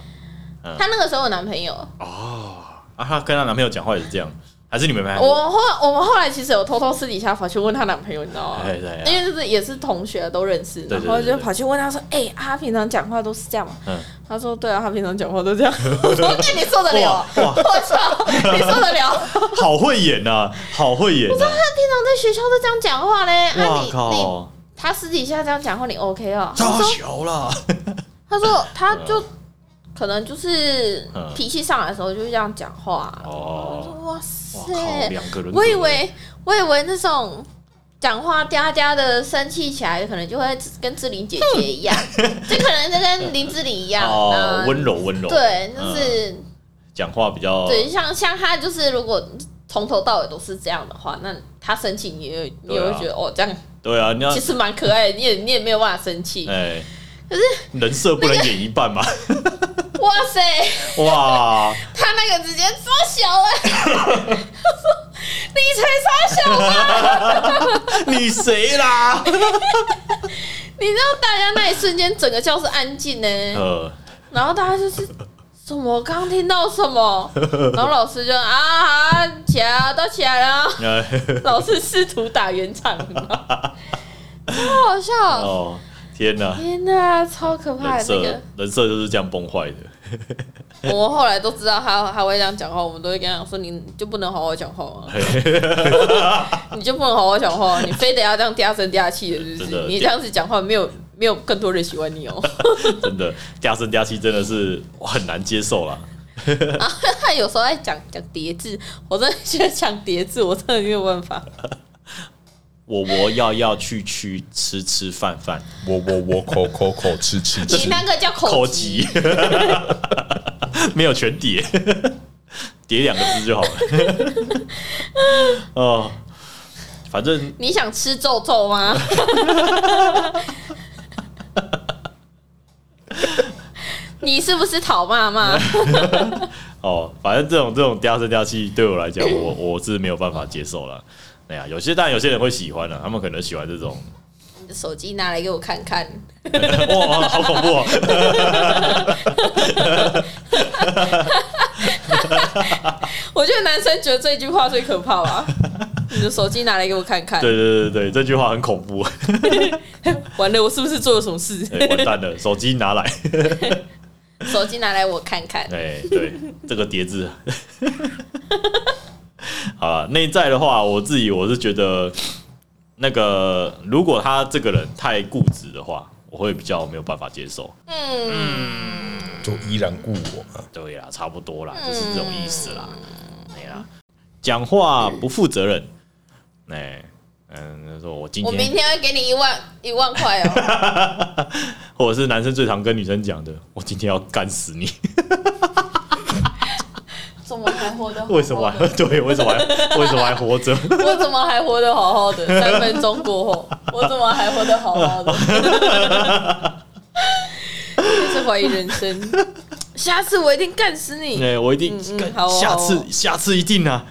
Speaker 1: 嗯
Speaker 2: 他那个时候有男朋友，
Speaker 1: 啊，她跟她男朋友讲话也是这样，还是你们没看过？
Speaker 2: 我后我们后来其实有偷偷私底下跑去问她男朋友，你知道吗？
Speaker 1: 哎对
Speaker 2: 因为就是也是同学都认识，
Speaker 1: 对对
Speaker 2: 然
Speaker 1: 对
Speaker 2: 后就跑去问他说：“哎、啊他平常讲话都是这样吗？”
Speaker 1: 嗯
Speaker 2: 他说：“对啊，他平常讲话
Speaker 1: [laughs]
Speaker 2: 都这样。”我说：“那你受得了？
Speaker 1: 哇哇
Speaker 2: 我操，你
Speaker 1: [laughs]
Speaker 2: 受得了？”
Speaker 1: 好会演呐，好会演啊呐！
Speaker 2: 他平常在学校都这样讲话嘞，啊
Speaker 1: 哇
Speaker 2: 你你
Speaker 1: 靠，
Speaker 2: 他私底下这样讲话你 OK 哦？他
Speaker 1: 超
Speaker 2: 说
Speaker 1: 球啦！
Speaker 2: 他说他就可能就是
Speaker 1: 嗯
Speaker 2: 脾气上来的时候就这样讲话，啊我说
Speaker 1: 哦，
Speaker 2: 哇
Speaker 1: 哇靠，
Speaker 2: 塞，
Speaker 1: 两个人，
Speaker 2: 我以为我以为那种。讲话嗲嗲的，生气起来可能就会跟志玲姐姐一样，就可能就跟林志玲一样，
Speaker 1: 哦
Speaker 2: 嗯，
Speaker 1: 温柔温柔，
Speaker 2: 对，就是、
Speaker 1: 讲话比较
Speaker 2: 对，像像他就是如果从头到尾都是这样的话，那他生气你也你
Speaker 1: 对
Speaker 2: 也会
Speaker 1: 啊
Speaker 2: 觉得、哦，这样
Speaker 1: 对啊，你要
Speaker 2: 其实蛮可爱的，你也你也没有办法生气。
Speaker 1: 哎，可是人设不能演一半嘛？
Speaker 2: 哇塞，
Speaker 1: [laughs] 哇，
Speaker 2: 他那个直接缩小了，你才缩小吧？
Speaker 1: 你谁
Speaker 2: [laughs]
Speaker 1: 啦？
Speaker 2: 你知道大家那一瞬间整个教室安静呢、
Speaker 1: 呃， [laughs]
Speaker 2: 然后大家就是什么？我刚听到
Speaker 1: [laughs]
Speaker 2: 什么？然后老师就啊，好起来啊，都起来了。 [laughs]
Speaker 1: 呃
Speaker 2: 老师试图打圆场，你知道吗超好笑！
Speaker 1: 哦，天哪！
Speaker 2: 天哪，超可怕
Speaker 1: 人
Speaker 2: 的那
Speaker 1: 设
Speaker 2: 个！
Speaker 1: 人设就是这样崩坏的。
Speaker 2: 我们后来都知道他他会这样讲话，我们都会跟他讲说：“你就不能好好讲话吗？”你就不能好好讲话，你非得要这样嗲声嗲气的，是
Speaker 1: 真
Speaker 2: 不
Speaker 1: 的
Speaker 2: 是？你这样子讲话，没有没有更多人喜欢
Speaker 1: [laughs]
Speaker 2: 你哦。
Speaker 1: 真的，嗲声嗲气真的是我很难接受啦。
Speaker 2: 然后他有时候在讲讲叠字，我真的觉得讲叠字，我真的没有办法。
Speaker 1: 我我要要去去吃吃饭饭，
Speaker 3: 我我我口口口吃吃
Speaker 2: 你
Speaker 3: 吃，
Speaker 2: 那个叫
Speaker 1: 口
Speaker 2: 口
Speaker 1: 急， [laughs] 没有全叠，叠两个字就好了。 [laughs] 哦，反正
Speaker 2: 你想吃皱皱 [laughs] 吗？你是不是讨骂 [laughs] 骂？
Speaker 1: 哦，反正这种这种嗲声嗲气对我来讲，我我是没有办法接受了。哎呀，有些但有些人会喜欢啊，他们可能喜欢这种， [laughs]
Speaker 2: 你的手机拿来给我看看，
Speaker 1: 哇，好恐怖哦！
Speaker 2: 我觉得男生觉得这句话最可怕吧。你的手机拿来给我看看，
Speaker 1: 对对对对，这句话很恐怖。
Speaker 2: 完了，我是不是做了什么事？
Speaker 1: 哎完蛋了，手机拿来。
Speaker 2: [laughs] 手机拿来我看看。
Speaker 1: 哎，对，这个叠字。好了，内在的话，我自己我是觉得那个如果他这个人太固执的话，我会比较没有办法接受。
Speaker 3: 就依然故我嘛。
Speaker 1: 对啦，差不多啦，就是这种意思啦。
Speaker 2: 嗯
Speaker 1: 对啦，讲话不负责任。哎、嗯，他说我今
Speaker 2: 我明
Speaker 1: 天，
Speaker 2: 天会给你一万一万
Speaker 1: [laughs]
Speaker 2: 块哦，
Speaker 1: 或者是男生最常跟女生讲的，我今天要干死你。
Speaker 2: 怎么还活得好好的？
Speaker 1: 为什么还？对？为什么还？为什么还活着？
Speaker 2: [laughs] 我怎么还活得好好的？三分钟过后，我怎么还活得好好的？ [laughs] 开始怀疑人生，下次我一定干死
Speaker 1: 哎、
Speaker 2: 你！
Speaker 1: 我一定，
Speaker 2: 嗯嗯
Speaker 1: 干
Speaker 2: 好哦
Speaker 1: 下次、
Speaker 2: 好哦
Speaker 1: 下次一定啊！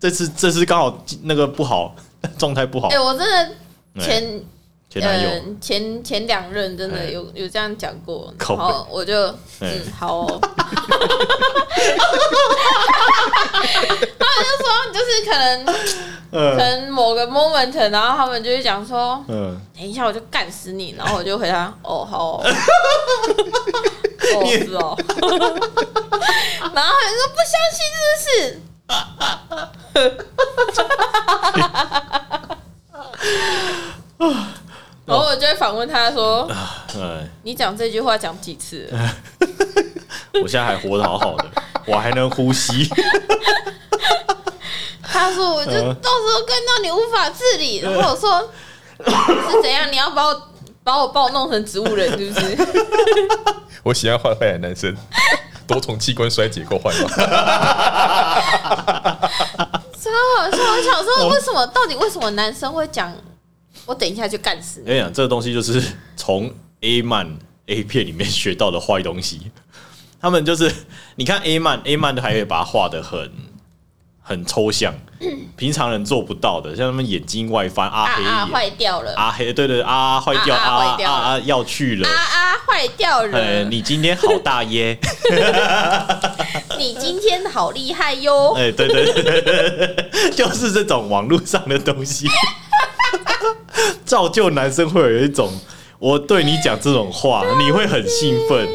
Speaker 1: 这次这次刚好那个不好，状态不好
Speaker 2: 哎、，我真的前
Speaker 1: 前男友、
Speaker 2: 呃、前前两任真
Speaker 1: 哎
Speaker 2: 的有有这样讲过，
Speaker 1: 靠
Speaker 2: 然
Speaker 1: 北
Speaker 2: 后我就
Speaker 1: 哎
Speaker 2: 嗯好哦， [laughs] 他们就说就是可能可
Speaker 1: 呃，
Speaker 2: 能某个 moment，然后他们就会讲说
Speaker 1: 嗯，
Speaker 2: 等一下我就干死你，然后我就回他哦好哦，哦是哦， [laughs] 然后他就说不相信这是事，然后我就会反问他说
Speaker 1: 哎，
Speaker 2: 你讲这句话讲几次了？
Speaker 1: 我现在还活得好好的，我还能呼吸。 [laughs]
Speaker 2: 他说我就
Speaker 1: 嗯
Speaker 2: 到时候干到你无法自理，然后我说是怎样？你要把我把我把我弄成植物人是不是？
Speaker 3: 我喜欢坏坏的男生，多重器官衰竭够坏吗？
Speaker 2: 超好笑！我
Speaker 1: [laughs]
Speaker 2: 想说，为什么到底为什么男生会讲我等一下就干死
Speaker 1: [laughs] 我
Speaker 2: 你？
Speaker 1: 跟你讲，这个东西就是从 A 漫 A 片里面学到的坏东西。他们就是，你看 A 漫 A 漫都还可以把它画的很很抽象，平常人做不到的，像他们眼睛外翻、
Speaker 2: 啊
Speaker 1: 阿黑
Speaker 2: 啊，
Speaker 1: 眼、
Speaker 2: 坏掉了！啊
Speaker 1: 阿黑，对对啊坏掉
Speaker 2: 啊啊
Speaker 1: 啊
Speaker 2: 坏
Speaker 1: 啊
Speaker 2: 掉了
Speaker 1: 啊要去了，
Speaker 2: 啊，坏掉
Speaker 1: 呃，
Speaker 2: 了！
Speaker 1: 你今天好大耶，
Speaker 2: 你今天好厉害哟！
Speaker 1: 哎，对对对对对，就是这种网络上的东西，造就男生会有一种，我对你讲这种话，你会很兴奋。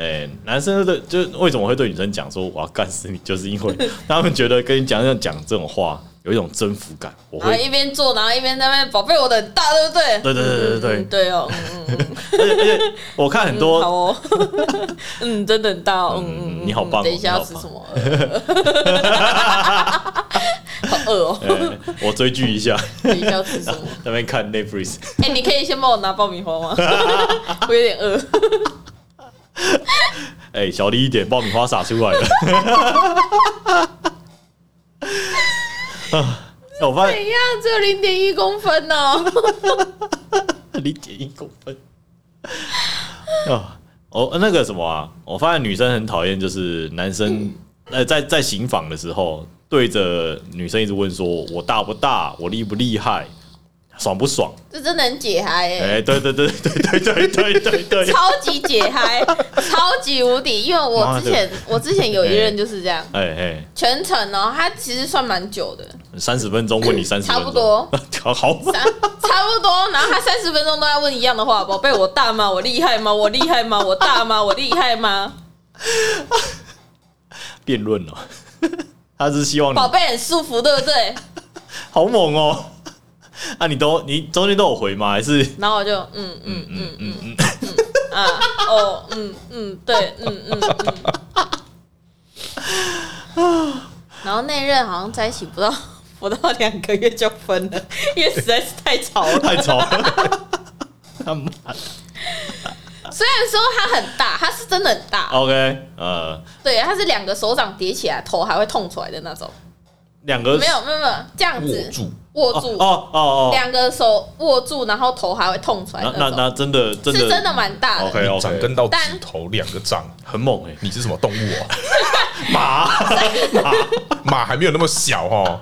Speaker 1: 哎、男生的就为什么会对女生讲说我要干死你，就是因为他们觉得跟你讲这种讲这种话有一种征服感。我
Speaker 2: 然后
Speaker 1: 会，
Speaker 2: 一边做，然后一边在那边宝贝，我的很大，对不对？
Speaker 1: 对对对对对
Speaker 2: 嗯嗯对哦，嗯嗯嗯
Speaker 1: 而且而且我看很
Speaker 2: 好
Speaker 1: 多，
Speaker 2: 哦， [laughs] 嗯，真的很大哦，嗯嗯
Speaker 1: 嗯
Speaker 2: 嗯，
Speaker 1: 你好棒哦
Speaker 2: 等一下要吃什么？ [laughs] 好饿
Speaker 1: [laughs]
Speaker 2: 哦，
Speaker 1: 哎、我追剧一下，
Speaker 2: 等一下要吃什么？
Speaker 1: 在那边看 Netflix，
Speaker 2: 哎，你可以先帮我拿爆米花吗？ [laughs] 我有
Speaker 1: [laughs]
Speaker 2: 点饿。
Speaker 1: 哎、小力一点，爆米花洒出来了。 [laughs] 啊，我发现
Speaker 2: 怎样？哎只有零点一公分哦。
Speaker 1: 零点一公分。啊，哦，那个什么啊，我发现女生很讨厌，就是男生呃，在在行访的时候，对着女生一直问说：“我大不大？我厉不厉害？爽不爽
Speaker 2: 这真的很解嗨？”
Speaker 1: 哎、
Speaker 2: 哎、
Speaker 1: 对对对对对对对对对。
Speaker 2: 超级解
Speaker 1: [laughs]
Speaker 2: 嗨，超级无敌。因为我之前我之前有一任就是这样，
Speaker 1: 哎哎，
Speaker 2: 全程哦、他其实算蛮久的， [laughs]
Speaker 1: 三十分钟问你三十，
Speaker 2: 差不多，
Speaker 1: [laughs] 好好
Speaker 2: 差差不多。然后他三十分钟都在问一样的话，宝贝，我大吗？我厉害吗？我厉害吗？我大吗？我厉害吗？
Speaker 1: 辩论哦。 [laughs] 他是希望你
Speaker 2: 宝贝很舒服，对不对？
Speaker 1: 好猛哦！ [laughs] 啊，你都你中间都有回吗？还是 [laughs]
Speaker 2: 然后我就嗯嗯嗯嗯嗯嗯啊哦嗯嗯对嗯嗯嗯。然后那任好像在一起不到不到两个月就分了，因为实在是太吵了。
Speaker 1: 太吵了？他妈
Speaker 2: 虽然说他很大，他是真的很大，
Speaker 1: [laughs] ，OK，呃，
Speaker 2: 对，他是两个手掌叠起来，头还会痛出来的那种。
Speaker 1: 两个
Speaker 2: 没有没有没有，这样
Speaker 3: 握
Speaker 2: 子
Speaker 3: 住，
Speaker 2: 握
Speaker 1: 哦
Speaker 2: 住，
Speaker 1: 哦哦哦，
Speaker 2: 两个手握住，然后头还会痛出来
Speaker 1: 那
Speaker 2: 的
Speaker 1: 那
Speaker 2: 那种，
Speaker 1: 那真的真的
Speaker 2: 是真的蛮大的。
Speaker 1: OK
Speaker 3: 你
Speaker 1: OK，
Speaker 3: 掌根到
Speaker 2: 但
Speaker 3: 指头两个掌，
Speaker 1: 很猛 [laughs] 哎，
Speaker 3: 你是什么动物啊？
Speaker 1: 马
Speaker 3: 马还没有那么小哦。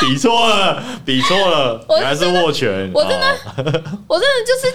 Speaker 1: 比错了，比错了，
Speaker 2: 我
Speaker 1: 原来是握拳，
Speaker 2: 我真的
Speaker 1: 哦
Speaker 2: 我真的就是，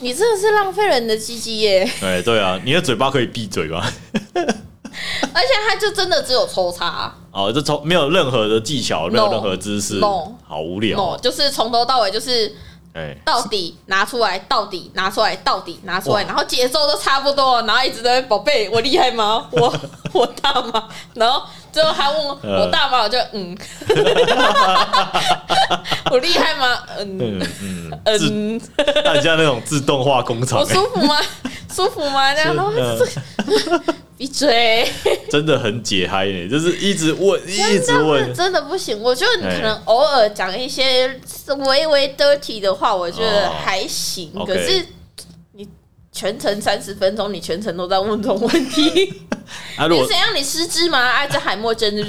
Speaker 2: 你真的是浪费了你的鸡鸡耶！
Speaker 1: 哎对啊，你的嘴巴可以闭嘴
Speaker 2: [laughs]
Speaker 1: 吧？
Speaker 2: 而且他就真的只有抽插、
Speaker 1: 哦，这从没有任何的技巧，没有
Speaker 2: No
Speaker 1: 任何知识
Speaker 2: No，
Speaker 1: 好无聊
Speaker 2: 哦，
Speaker 1: 哦，
Speaker 2: 就是从头到尾就是
Speaker 1: 哎，
Speaker 2: 到底拿出来，到底拿出来，到底拿出来，
Speaker 1: 哇
Speaker 2: 然后节奏都差不多，然后一直在那边宝贝，我厉
Speaker 1: [laughs]
Speaker 2: 害吗？我我大吗？然后最后他问我
Speaker 1: 呃
Speaker 2: 我大吗？我就嗯， [laughs] 我厉害吗？嗯
Speaker 1: 嗯嗯，自
Speaker 2: 嗯，
Speaker 1: 大家那种自动化工厂
Speaker 2: 我，舒服吗？ [laughs] 舒服吗？这样，然后他就
Speaker 1: 嗯
Speaker 2: 是闭嘴。
Speaker 1: 真的很解嗨呢，就是一直问，一直
Speaker 2: 真的
Speaker 1: 问，
Speaker 2: 真的不行，我觉得你可能偶尔讲一些微微 dirty 的话，我觉得还行。
Speaker 1: 哦
Speaker 2: 可是你全程三十分钟，你全程都在问这种问题，
Speaker 1: [laughs] 啊，如
Speaker 2: 你
Speaker 1: 果
Speaker 2: 是怎样？你失智吗？阿兹海默症是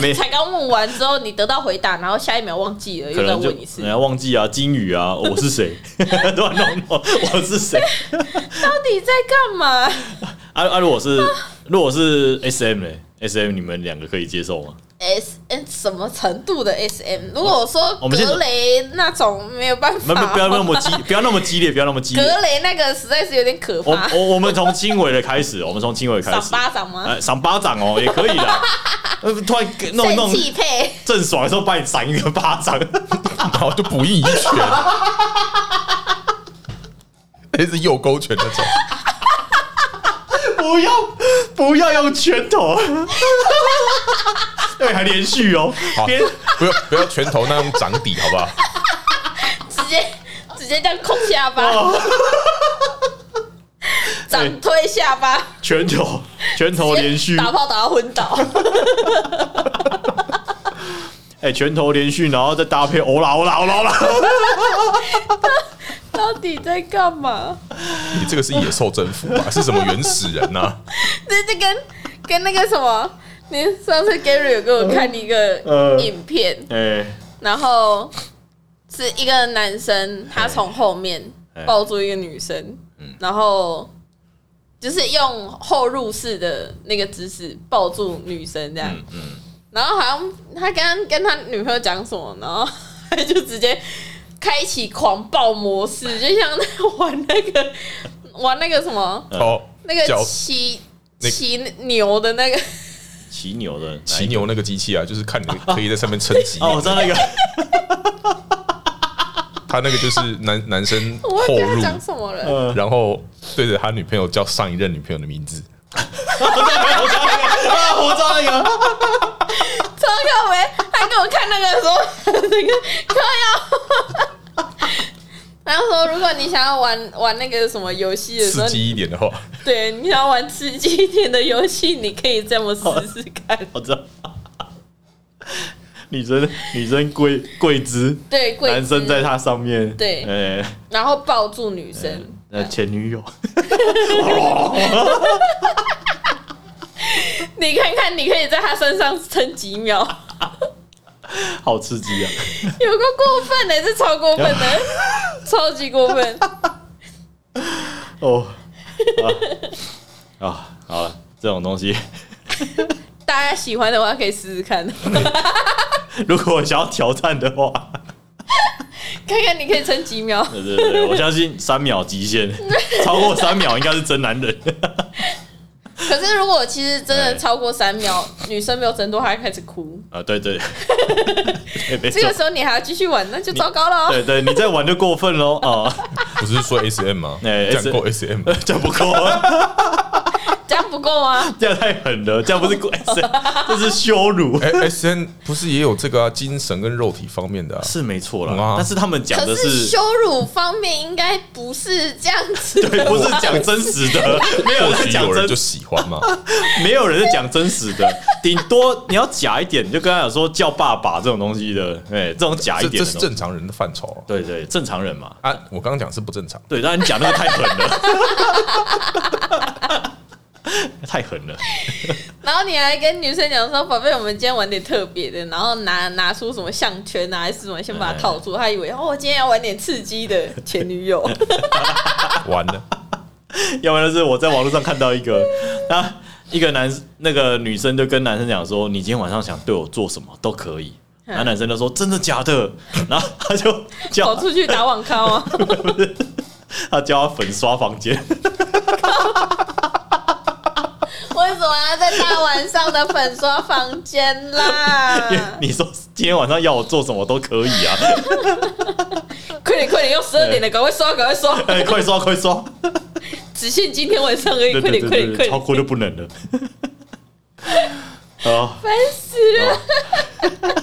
Speaker 1: [laughs] 没
Speaker 2: 是？才刚问完之后，你得到回答，然后下一秒忘记了，
Speaker 1: 可
Speaker 2: 又再
Speaker 1: 能就
Speaker 2: 问一次
Speaker 1: 人，家忘记啊，金鱼
Speaker 2: [laughs]
Speaker 1: 啊，我是谁？ [laughs] 乱弄我，我是谁？
Speaker 2: 到底在干嘛？
Speaker 1: 啊啊，如果
Speaker 2: [laughs]
Speaker 1: 是如果是 S M 呢？S M 你们两个可以接受吗？
Speaker 2: S N 什么程度的 S M？如果我说
Speaker 1: 哦我们先
Speaker 2: 格雷那种没有办
Speaker 1: 没有，没有
Speaker 2: 法，
Speaker 1: 不要那么激，不要那么激烈，不要那么激烈。
Speaker 2: 格雷那个实在是有点可
Speaker 1: 我
Speaker 2: 怕，
Speaker 1: 我我们从轻微的开始，我们从轻微开
Speaker 2: 赏
Speaker 1: 始，
Speaker 2: 巴掌吗？
Speaker 1: 呃，赏巴掌哦，也可以
Speaker 2: [laughs]
Speaker 1: 啦。呃突然给弄
Speaker 2: 正
Speaker 1: 弄
Speaker 2: 气配。
Speaker 1: 正爽的时候，把你赏一个巴掌，
Speaker 3: 然后就补印
Speaker 1: [laughs]
Speaker 3: 一拳，那是右勾拳那种。
Speaker 1: 不要不要用拳 [laughs] 头，对，还连续哦，
Speaker 3: 好
Speaker 1: 边，
Speaker 3: 不要不要拳头那种掌底，好不好？
Speaker 2: 直接直接这样空下巴，
Speaker 1: 哦
Speaker 2: [laughs] 掌推下巴，
Speaker 1: 拳头拳头哦连续，
Speaker 2: 打炮打到昏倒，
Speaker 1: 哎，拳头连续，然后再搭配欧啦哦欧啦欧啦欧啦，
Speaker 2: [laughs] 到底在干嘛？
Speaker 3: 你这个是野兽征服
Speaker 1: [laughs]
Speaker 3: 吧？是什么原始人呐、啊？
Speaker 2: 这这跟跟那个什么，你上次 Gary 有给我看一个
Speaker 1: 呃
Speaker 2: 影片，
Speaker 1: 哎
Speaker 2: 然后是一个男生，他从后面
Speaker 1: 哎嗯
Speaker 2: 抱住一个女生，然后。就是用后入式的那个姿势抱住女生这样，
Speaker 1: 嗯嗯，
Speaker 2: 然后好像他刚跟他女朋友讲什么，然后 [laughs] 他就直接开启狂暴模式，就像在玩那个
Speaker 1: [laughs]
Speaker 2: 玩那个什么
Speaker 1: 嗯
Speaker 3: 哦，
Speaker 2: 那个
Speaker 3: 脚
Speaker 2: 骑
Speaker 3: 那
Speaker 2: 骑牛的那个，
Speaker 1: 骑牛的
Speaker 3: 骑牛那个机器啊，就是看你可以在上面撑几
Speaker 1: 哦，我
Speaker 3: 秒
Speaker 1: 知。道那个
Speaker 3: 他那个就是男男
Speaker 2: [laughs]
Speaker 3: 生
Speaker 2: 我忘
Speaker 3: 后
Speaker 2: 记他
Speaker 3: 入，
Speaker 2: 讲什么了。
Speaker 1: 呃，
Speaker 3: 然后对着他女朋友叫上一任女朋友的名字。
Speaker 1: [laughs] 我知道那个啊，我知道那个。
Speaker 2: 超靠北，他给我看那个说那个 [laughs] 靠腰。 [laughs] 然后说，如果你想要玩玩那个什么游戏的时
Speaker 3: 刺
Speaker 2: 候，
Speaker 3: 激一点
Speaker 2: [laughs]
Speaker 3: 的话，
Speaker 2: 对你想要玩刺激一点的游戏，你可以这么试试看。
Speaker 1: 我知道。女生女生跪跪姿，
Speaker 2: 对，跪
Speaker 1: 男生
Speaker 2: 姿
Speaker 1: 在她上面，
Speaker 2: 对
Speaker 1: 哎、
Speaker 2: 然后抱住女生，
Speaker 1: 那前女友，
Speaker 2: 你看看，你可以在她身上撑几
Speaker 1: [laughs]
Speaker 2: 秒，
Speaker 1: 好刺激啊！
Speaker 2: 有个过分的、是超过分
Speaker 1: [laughs]
Speaker 2: 的，超级过分。
Speaker 1: 哦，啊啊，好了，这种东西，
Speaker 2: 大家喜欢的话可以试试看，
Speaker 1: [laughs] 如果想要挑战的话，
Speaker 2: 看看你可以撑几秒。
Speaker 1: 对对对，我相信三秒极
Speaker 2: [laughs]
Speaker 1: 限，超过三秒应该是真男人。 [laughs]
Speaker 2: 可是如果其实真的
Speaker 1: 对
Speaker 2: 超过三秒，女生没有挣脱，她会开始哭，
Speaker 1: 啊，对
Speaker 2: [laughs]
Speaker 1: 对，对没
Speaker 2: 这
Speaker 1: 错，
Speaker 2: 个时候你还要继续玩，那哎就糟糕了哦。
Speaker 1: 对对，你再玩就过分
Speaker 2: [laughs]
Speaker 1: 喽啊，
Speaker 3: 不是说 S M 吗？
Speaker 1: 哎
Speaker 3: 这样够 S M
Speaker 1: [laughs] 这样不够，
Speaker 2: 这样不够啊吗？
Speaker 1: 这样太狠了，这样不是过，这是羞辱。 [laughs]
Speaker 3: 哎，S M 不是也有这个啊，精神跟肉体方
Speaker 1: [laughs]
Speaker 3: 面的啊？
Speaker 1: 是没错
Speaker 3: 嗯啊
Speaker 1: 啦，但是他们讲
Speaker 2: 可
Speaker 1: 的
Speaker 2: 是
Speaker 1: 是。
Speaker 2: 羞辱方面应该不是这样 [laughs] 子的
Speaker 1: 对，
Speaker 2: 吧，
Speaker 1: [laughs] 不是讲真实
Speaker 2: [laughs]
Speaker 1: 的，没有
Speaker 3: 或
Speaker 1: 人
Speaker 3: 许
Speaker 1: 讲
Speaker 3: 有人
Speaker 1: 真
Speaker 3: 就，喜欢嘛，
Speaker 1: [laughs] 没有人是讲真实的，顶多你要假一点，你就跟他讲说叫爸爸这种东西的，哎，这种假一
Speaker 3: 这
Speaker 1: 点
Speaker 3: 这
Speaker 1: 的
Speaker 3: 是
Speaker 1: 东西，
Speaker 3: 正常人的范畴啊
Speaker 1: 对对，正常人嘛，
Speaker 3: 啊。我刚刚讲是不
Speaker 2: [laughs]
Speaker 3: 正常，
Speaker 1: 对，当然你讲那个太狠了，太狠了，
Speaker 2: 然后你还跟女生讲说：“宝贝，我们今天玩点特别的。”然后拿拿出什么项圈啊，还是什么，先把它套住。他以为哦，我今天要玩点刺激 [laughs] 的前女友。
Speaker 3: 完了。
Speaker 1: 要不然就是我在网络上看到一个，啊，一个男那个女生就跟男生讲说，你今天晚上想对我做什么都可以，然后男生就说真的假的，然后他就叫
Speaker 2: 嗯 [laughs] 跑出去打网咖啊吗？
Speaker 1: 他叫他粉刷房间，
Speaker 2: [laughs] 为什么要在大晚上的粉刷房间啦？
Speaker 1: 你说今天晚上要我做什么都可以啊，
Speaker 2: [laughs] 快点快点，要十二点了，赶快刷赶快刷，
Speaker 1: [laughs] 哎、快刷快
Speaker 2: [laughs]
Speaker 1: 刷！
Speaker 2: 只限今天晚上而已，
Speaker 1: 对
Speaker 2: 快
Speaker 1: 对对
Speaker 2: 点快点
Speaker 1: 对
Speaker 2: 快
Speaker 1: 对，超
Speaker 2: 点，
Speaker 1: 过就不
Speaker 2: [laughs]
Speaker 1: 能了。啊，
Speaker 2: 烦死了，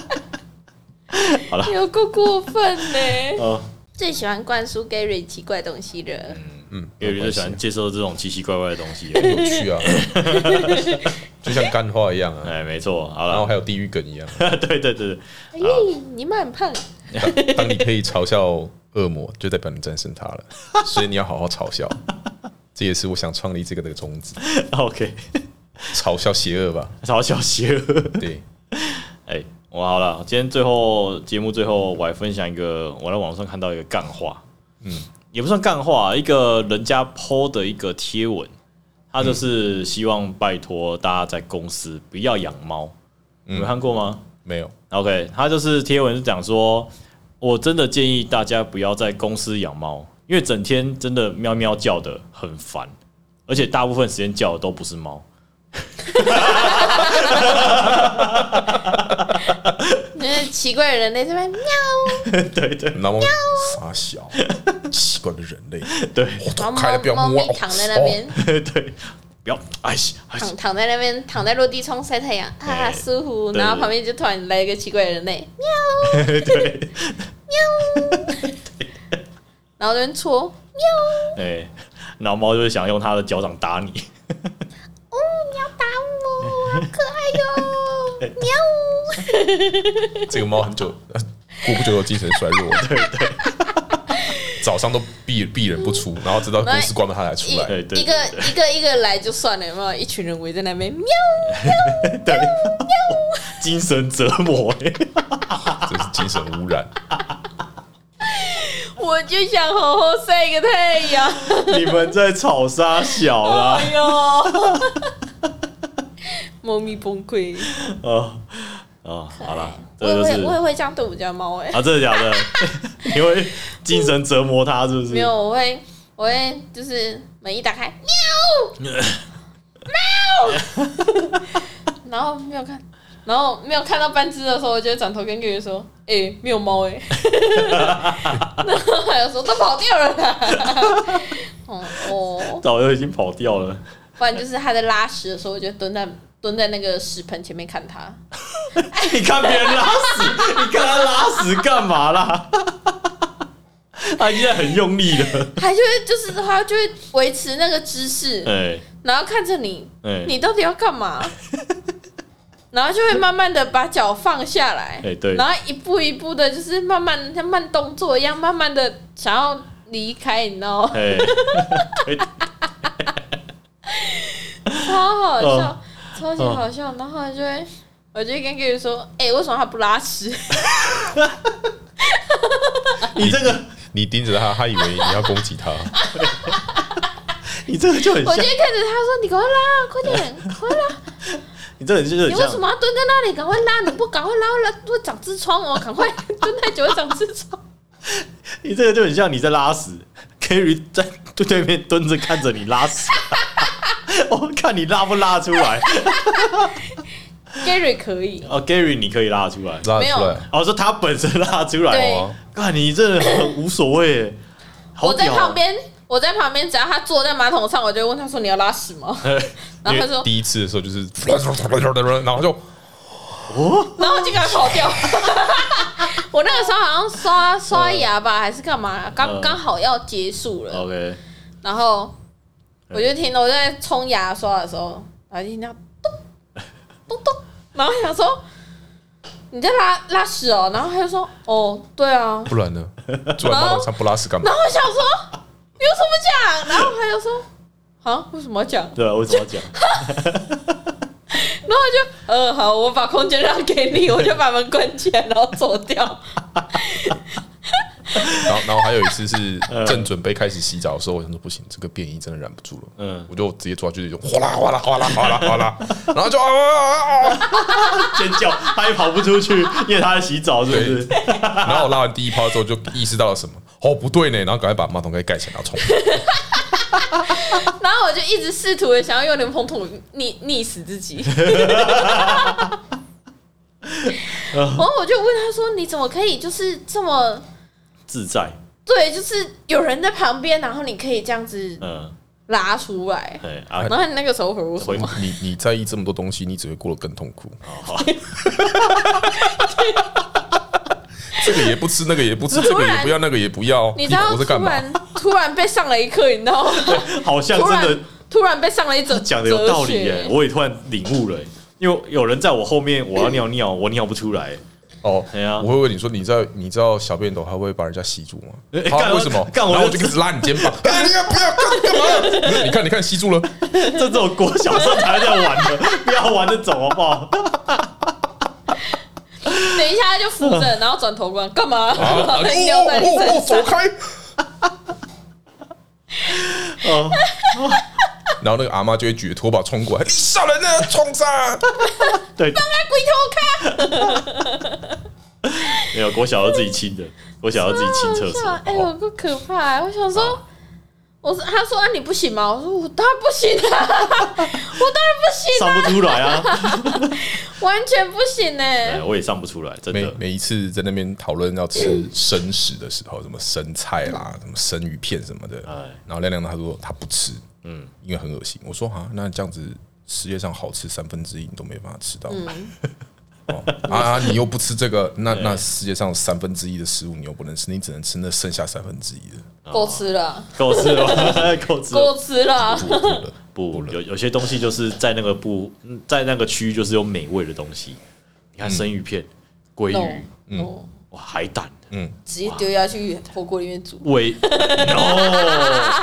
Speaker 1: 好
Speaker 2: [laughs]
Speaker 1: 了，
Speaker 2: 有够过分呢！
Speaker 1: 呃，
Speaker 2: [laughs] 最喜欢灌输 Gary 奇怪东西了，
Speaker 3: 嗯，
Speaker 1: 有人
Speaker 3: 没
Speaker 1: 就
Speaker 3: 关
Speaker 1: 喜
Speaker 3: 系
Speaker 1: 欢接受这种奇奇怪怪的东西。
Speaker 3: 有
Speaker 2: [laughs]
Speaker 3: 趣啊，就像干话一样啊，
Speaker 1: 哎，没错，好
Speaker 3: 然后
Speaker 1: 了，
Speaker 3: 还有地狱
Speaker 2: [laughs]
Speaker 3: 梗一样。
Speaker 1: [laughs] 对对对对，
Speaker 2: 哎，你们很胖，
Speaker 3: 当当你可以嘲笑恶魔，就代表你战胜他了，所以你要好好嘲笑。这也是我想创立这个的宗旨，
Speaker 1: OK，
Speaker 3: 嘲笑邪恶吧。
Speaker 1: 嘲笑邪恶。
Speaker 3: 对，
Speaker 1: 哎，我好了，今天最后节目最后，我还分享一个我在网上看到一个干话，嗯，也不算干话，一个人家 PO 的一个贴文，他
Speaker 3: 嗯
Speaker 1: 就是希望拜托大家在公司不要养猫，
Speaker 3: 嗯
Speaker 1: 你们看过吗？
Speaker 3: 没有，
Speaker 1: OK，他就是贴文是讲说，我真的建议大家不要在公司养猫，因为整天真的喵喵叫的很烦，而且大部分时间叫的都不是猫。
Speaker 2: 那 [laughs] 奇怪的人类这边喵，
Speaker 1: [laughs] 对对
Speaker 3: 然后傻小，奇怪的人类，
Speaker 1: 对
Speaker 3: 我
Speaker 2: 然
Speaker 3: 都
Speaker 2: 后
Speaker 3: 开了，
Speaker 2: 猫
Speaker 3: 不要
Speaker 2: 猫
Speaker 3: 摸啊。
Speaker 2: 咪躺在那边
Speaker 3: 哦，，
Speaker 1: 对，不要哎西哎西
Speaker 2: 躺躺在那边，躺在落地窗晒太阳啊，
Speaker 1: 哎
Speaker 2: 舒服。
Speaker 1: 对
Speaker 2: 然后旁边就突然来一个奇怪的人欸类，喵，
Speaker 1: 对，
Speaker 2: [laughs] 然后在那
Speaker 1: [laughs]
Speaker 2: 边搓，
Speaker 1: 哎，然后猫就是想用它的脚掌打你，
Speaker 2: 哦，你要打我，好可爱
Speaker 1: [laughs]
Speaker 2: 哟、喵！
Speaker 3: 哦这个猫很久，呃过不久有精神
Speaker 2: [laughs]
Speaker 3: 衰弱。对对，早上都闭闭人不出，然后直到公司关门它才出
Speaker 2: [laughs]
Speaker 3: 来。
Speaker 1: 对对对
Speaker 2: 一一个一个一个来就算了，有没有？一群人围在那边，喵！
Speaker 1: 对，精神折磨、哎
Speaker 3: 这是精神污染。
Speaker 2: 我就想好好晒一个太阳，
Speaker 1: 你们在草沙小啦。
Speaker 2: 哎呦，猫咪崩溃。
Speaker 1: 哦哦，好了，[laughs] 这
Speaker 2: 我也
Speaker 1: 就
Speaker 2: 会，
Speaker 1: 是
Speaker 2: 我也会这样对我们家猫哎、
Speaker 1: 啊，真的假的？ [laughs] 你会精神折磨它是不是？
Speaker 2: 没有，我会，我会就是门一打开，喵，喵，然后没有看，然后没有看到半只的时候，我就会转头跟月月说：“哎、没有猫哎、
Speaker 1: [laughs]
Speaker 2: 然后还有说：“它跑掉了 [laughs] 啦。哦哦，
Speaker 1: [laughs] 早就已经跑掉了。
Speaker 2: 不然就是它在拉屎的时候，我就蹲在蹲在那个屎盆前面看它。
Speaker 1: 你看别人拉屎，你看他拉屎干嘛啦？ [laughs] 他现在很用力的， [laughs]
Speaker 2: 它就会就是它就会维持那个姿势，
Speaker 1: 哎
Speaker 2: 然后看着你，
Speaker 1: 哎
Speaker 2: 你到底要
Speaker 1: [laughs]
Speaker 2: 干嘛？然后就会慢慢的把脚放下来，
Speaker 1: 哎对
Speaker 2: 然后一步一步的，就是慢慢像慢动作一样，慢慢的想要离开，你知道
Speaker 1: [laughs]
Speaker 2: 吗？
Speaker 1: 哎，
Speaker 2: 超好
Speaker 1: 哦
Speaker 2: 笑，超级好笑。然后就会，我就会跟 Gary 说，哎、为什么他不
Speaker 1: [laughs]
Speaker 2: 拉屎？
Speaker 1: 你这个
Speaker 3: 你盯着它，它以为你要攻击它。
Speaker 1: 你这个就很
Speaker 2: 我就
Speaker 1: 像
Speaker 2: 会，看着他说，你赶快拉，快
Speaker 1: [laughs]
Speaker 2: 点，快拉！
Speaker 1: 你这个就是
Speaker 2: 你
Speaker 1: 很
Speaker 2: 为什
Speaker 1: 像
Speaker 2: 么要蹲在那里？赶快拉！你不赶快拉，拉会长痔疮哦！赶快蹲太久会长痔疮。
Speaker 1: 你这个就很像你在拉屎，Kerry 在 [laughs] 对面蹲着看着你拉屎， [laughs] 我看你拉不拉出来。
Speaker 2: Gary 可以，
Speaker 1: 哦，Gary 你可以拉出来，
Speaker 3: 拉
Speaker 2: 没有
Speaker 3: 出来，
Speaker 1: 哦，说他本身拉出来
Speaker 2: 对
Speaker 1: 哦，看你真的很无所谓耶，好
Speaker 2: 我在
Speaker 1: 屌哦
Speaker 2: 旁边，我在旁边，只要他坐在马桶上，我就会问他说：“你要拉屎吗？”然后他说
Speaker 3: 第一次的时候就是，然后就
Speaker 2: “然后就给他跑掉。”我那个时候好像刷刷牙吧，还是干嘛，刚
Speaker 1: 嗯
Speaker 2: 刚好要结束了，
Speaker 1: ，OK，
Speaker 2: 然后我就听到我在冲牙刷的时候，然后就听到咚咚咚，然后想说。你在拉拉屎哦，然后他就说哦，对啊，
Speaker 3: 不然呢？坐在马桶上不拉屎干嘛
Speaker 2: 然？后我想说你为什么不讲，然后他就说啊，为什么要讲？
Speaker 1: 对，我怎么讲？
Speaker 2: 然后我就，呃，好，我把空间让给你，我就把门关起来，然后走掉。
Speaker 3: 然后，然后还有一次是正准备开始洗澡的时候，我想说不行，这个便衣真的忍不住了，
Speaker 1: 嗯
Speaker 3: 嗯，我就直接抓去就哗啦哗啦哗啦哗啦哗啦，然后就啊啊啊啊啊，
Speaker 1: 尖叫，他也跑不出去，因为他在洗澡，是不是？
Speaker 3: 然后我拉完第一泡之后就意识到了什么，哦不对呢，然后赶快把马桶盖盖起来，然后冲，
Speaker 2: [laughs] 然后我就一直试图的想要用莲蓬头溺溺死自 [laughs] 己。然后我就问他说：“你怎么可以就是这么
Speaker 1: 自在，
Speaker 2: 对，就是有人在旁边，然后你可以这样子
Speaker 1: 嗯，
Speaker 2: 拉出 [laughs] 来，
Speaker 1: 对啊，
Speaker 2: 然后你那个时候回我什
Speaker 3: 你
Speaker 2: 么？
Speaker 3: 你你在意这么多东西，你只会过得更痛苦。
Speaker 1: 好，
Speaker 3: 这个也不吃，那个也不吃，这个也不要，那个也不要，
Speaker 2: 你
Speaker 3: 你
Speaker 2: 知道
Speaker 3: 活着干
Speaker 2: 突
Speaker 3: 嘛？
Speaker 2: 然突然被上了一课，你知 [laughs] 道吗？
Speaker 1: 好像
Speaker 2: 突
Speaker 1: 真的
Speaker 2: 然突然被上了一整
Speaker 1: 讲的有道理耶、
Speaker 2: 哲学
Speaker 1: 我也突然领悟了耶、因为有人在我后面，我要尿尿，我尿不出来、
Speaker 3: 哦，
Speaker 1: 哎呀
Speaker 3: 我会问你说，你知道你知道小便斗它会把人家吸住 [laughs] 吗
Speaker 1: 哎？干
Speaker 3: 他
Speaker 1: 我
Speaker 3: 为什么？
Speaker 1: 干
Speaker 3: 然
Speaker 1: 我
Speaker 3: 后我就一直拉你肩膀， [laughs] 干你要不要干干嘛？不 [laughs] 是你看你看吸住了，
Speaker 1: 这种国小生才在玩的，不要玩这种好不好？
Speaker 2: [laughs] 等一下他就扶 [laughs] 着，然后转头光干嘛？
Speaker 3: 啊
Speaker 2: [laughs] 然后
Speaker 3: 哦
Speaker 2: 再尿在你
Speaker 3: 哦哦
Speaker 2: 身
Speaker 3: 走
Speaker 2: 上。
Speaker 3: [laughs] 开！
Speaker 1: 哦，
Speaker 3: [laughs] 然后那个阿妈就会举着拖把冲过来，你小人呢？冲啥？
Speaker 1: 对，
Speaker 2: [laughs]
Speaker 1: 没有国小要自己亲的，国小要自己亲厕所哦
Speaker 2: 啊。哎、有够可怕、我想说，我说他说啊你不行吗？我说我当然不行
Speaker 1: [laughs]
Speaker 2: 啊，我当然不行、
Speaker 1: 上不出来
Speaker 2: [laughs]
Speaker 1: 啊！
Speaker 2: 完全不行呢、
Speaker 1: 哎，我也上不出来，真
Speaker 3: 每
Speaker 1: 的。嗯
Speaker 3: 每一次在那边讨论要吃生食的时候，什么生菜啦，什么生鱼片什么的
Speaker 1: 哎，
Speaker 3: 然后亮亮他说他不吃，嗯，因为很恶心。我说啊，那这样子世界上好吃三分之一你都没办法吃到。
Speaker 1: 嗯
Speaker 3: [laughs] 哦啊啊！你又不吃这个，
Speaker 1: 哎
Speaker 3: 那那世界上三分之一的食物你又不能吃，你只能吃那剩下三分之一的。 [laughs]
Speaker 2: 够吃了，
Speaker 1: 够吃了 [laughs] 吧，够吃了
Speaker 2: 够。吃了，
Speaker 3: 不不了
Speaker 1: 不，有有些东西就是在那个不，嗯在那个区域就是有美味的东西。你
Speaker 2: 嗯
Speaker 1: 看生鱼片、鲑鱼、
Speaker 2: 哦，
Speaker 1: 嗯哇，海胆，
Speaker 2: 直接丢下去火锅里面煮，
Speaker 1: [laughs] 喂，no，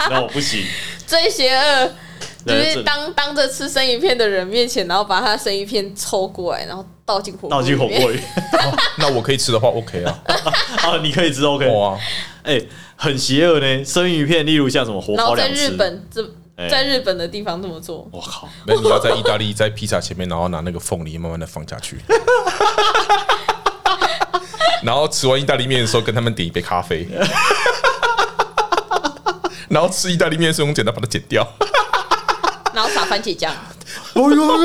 Speaker 1: 那我不行。
Speaker 2: 最邪恶。就
Speaker 1: 对
Speaker 2: 是当当着吃生鱼片的人面前，然后把他的生鱼片抽过来，然后倒进火锅
Speaker 1: 倒进火
Speaker 2: 里面
Speaker 1: 锅里
Speaker 3: 那我可以吃的话，OK 啊，
Speaker 1: [laughs]
Speaker 3: 哦
Speaker 1: 啊，你可以吃 OK。
Speaker 3: 哇！
Speaker 1: 哎，很邪恶呢，生鱼片，例如像什么火
Speaker 2: [laughs] 然
Speaker 1: 烤
Speaker 2: 后在
Speaker 1: 两
Speaker 2: 日
Speaker 1: 吃，
Speaker 2: 本这
Speaker 1: 哎
Speaker 2: 在日本的地方这么
Speaker 1: [laughs]
Speaker 2: 做，
Speaker 1: 我靠，
Speaker 3: 那你要在意大利在披萨前面，然后拿那个凤梨慢慢的放下去， [laughs] 然后吃完意大利面的时候，跟他们点一杯咖啡， [laughs] 然后吃意大利面的时候用剪刀把它剪掉。
Speaker 2: 然后撒番茄酱，
Speaker 1: 我有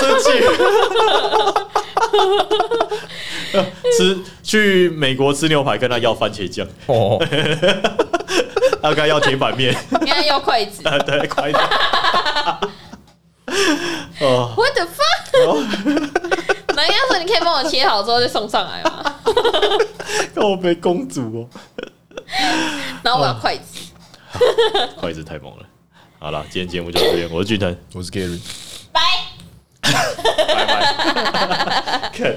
Speaker 1: 生气。 [laughs] 吃去美国吃牛排，跟他要番茄酱，
Speaker 3: 哦，
Speaker 1: 他跟他要铁板面， [laughs]
Speaker 2: 应该要筷子。
Speaker 1: 对，快一点。哦，
Speaker 2: What the fuck？那要说你可以帮我切好之后再送上来吗？
Speaker 1: 我被公主
Speaker 2: 然后我要筷子，
Speaker 1: 哦，筷子太猛了。好了，今天节目就到这边，我是俊腾，
Speaker 3: 我是 Gary。
Speaker 2: 拜。
Speaker 1: 拜拜。看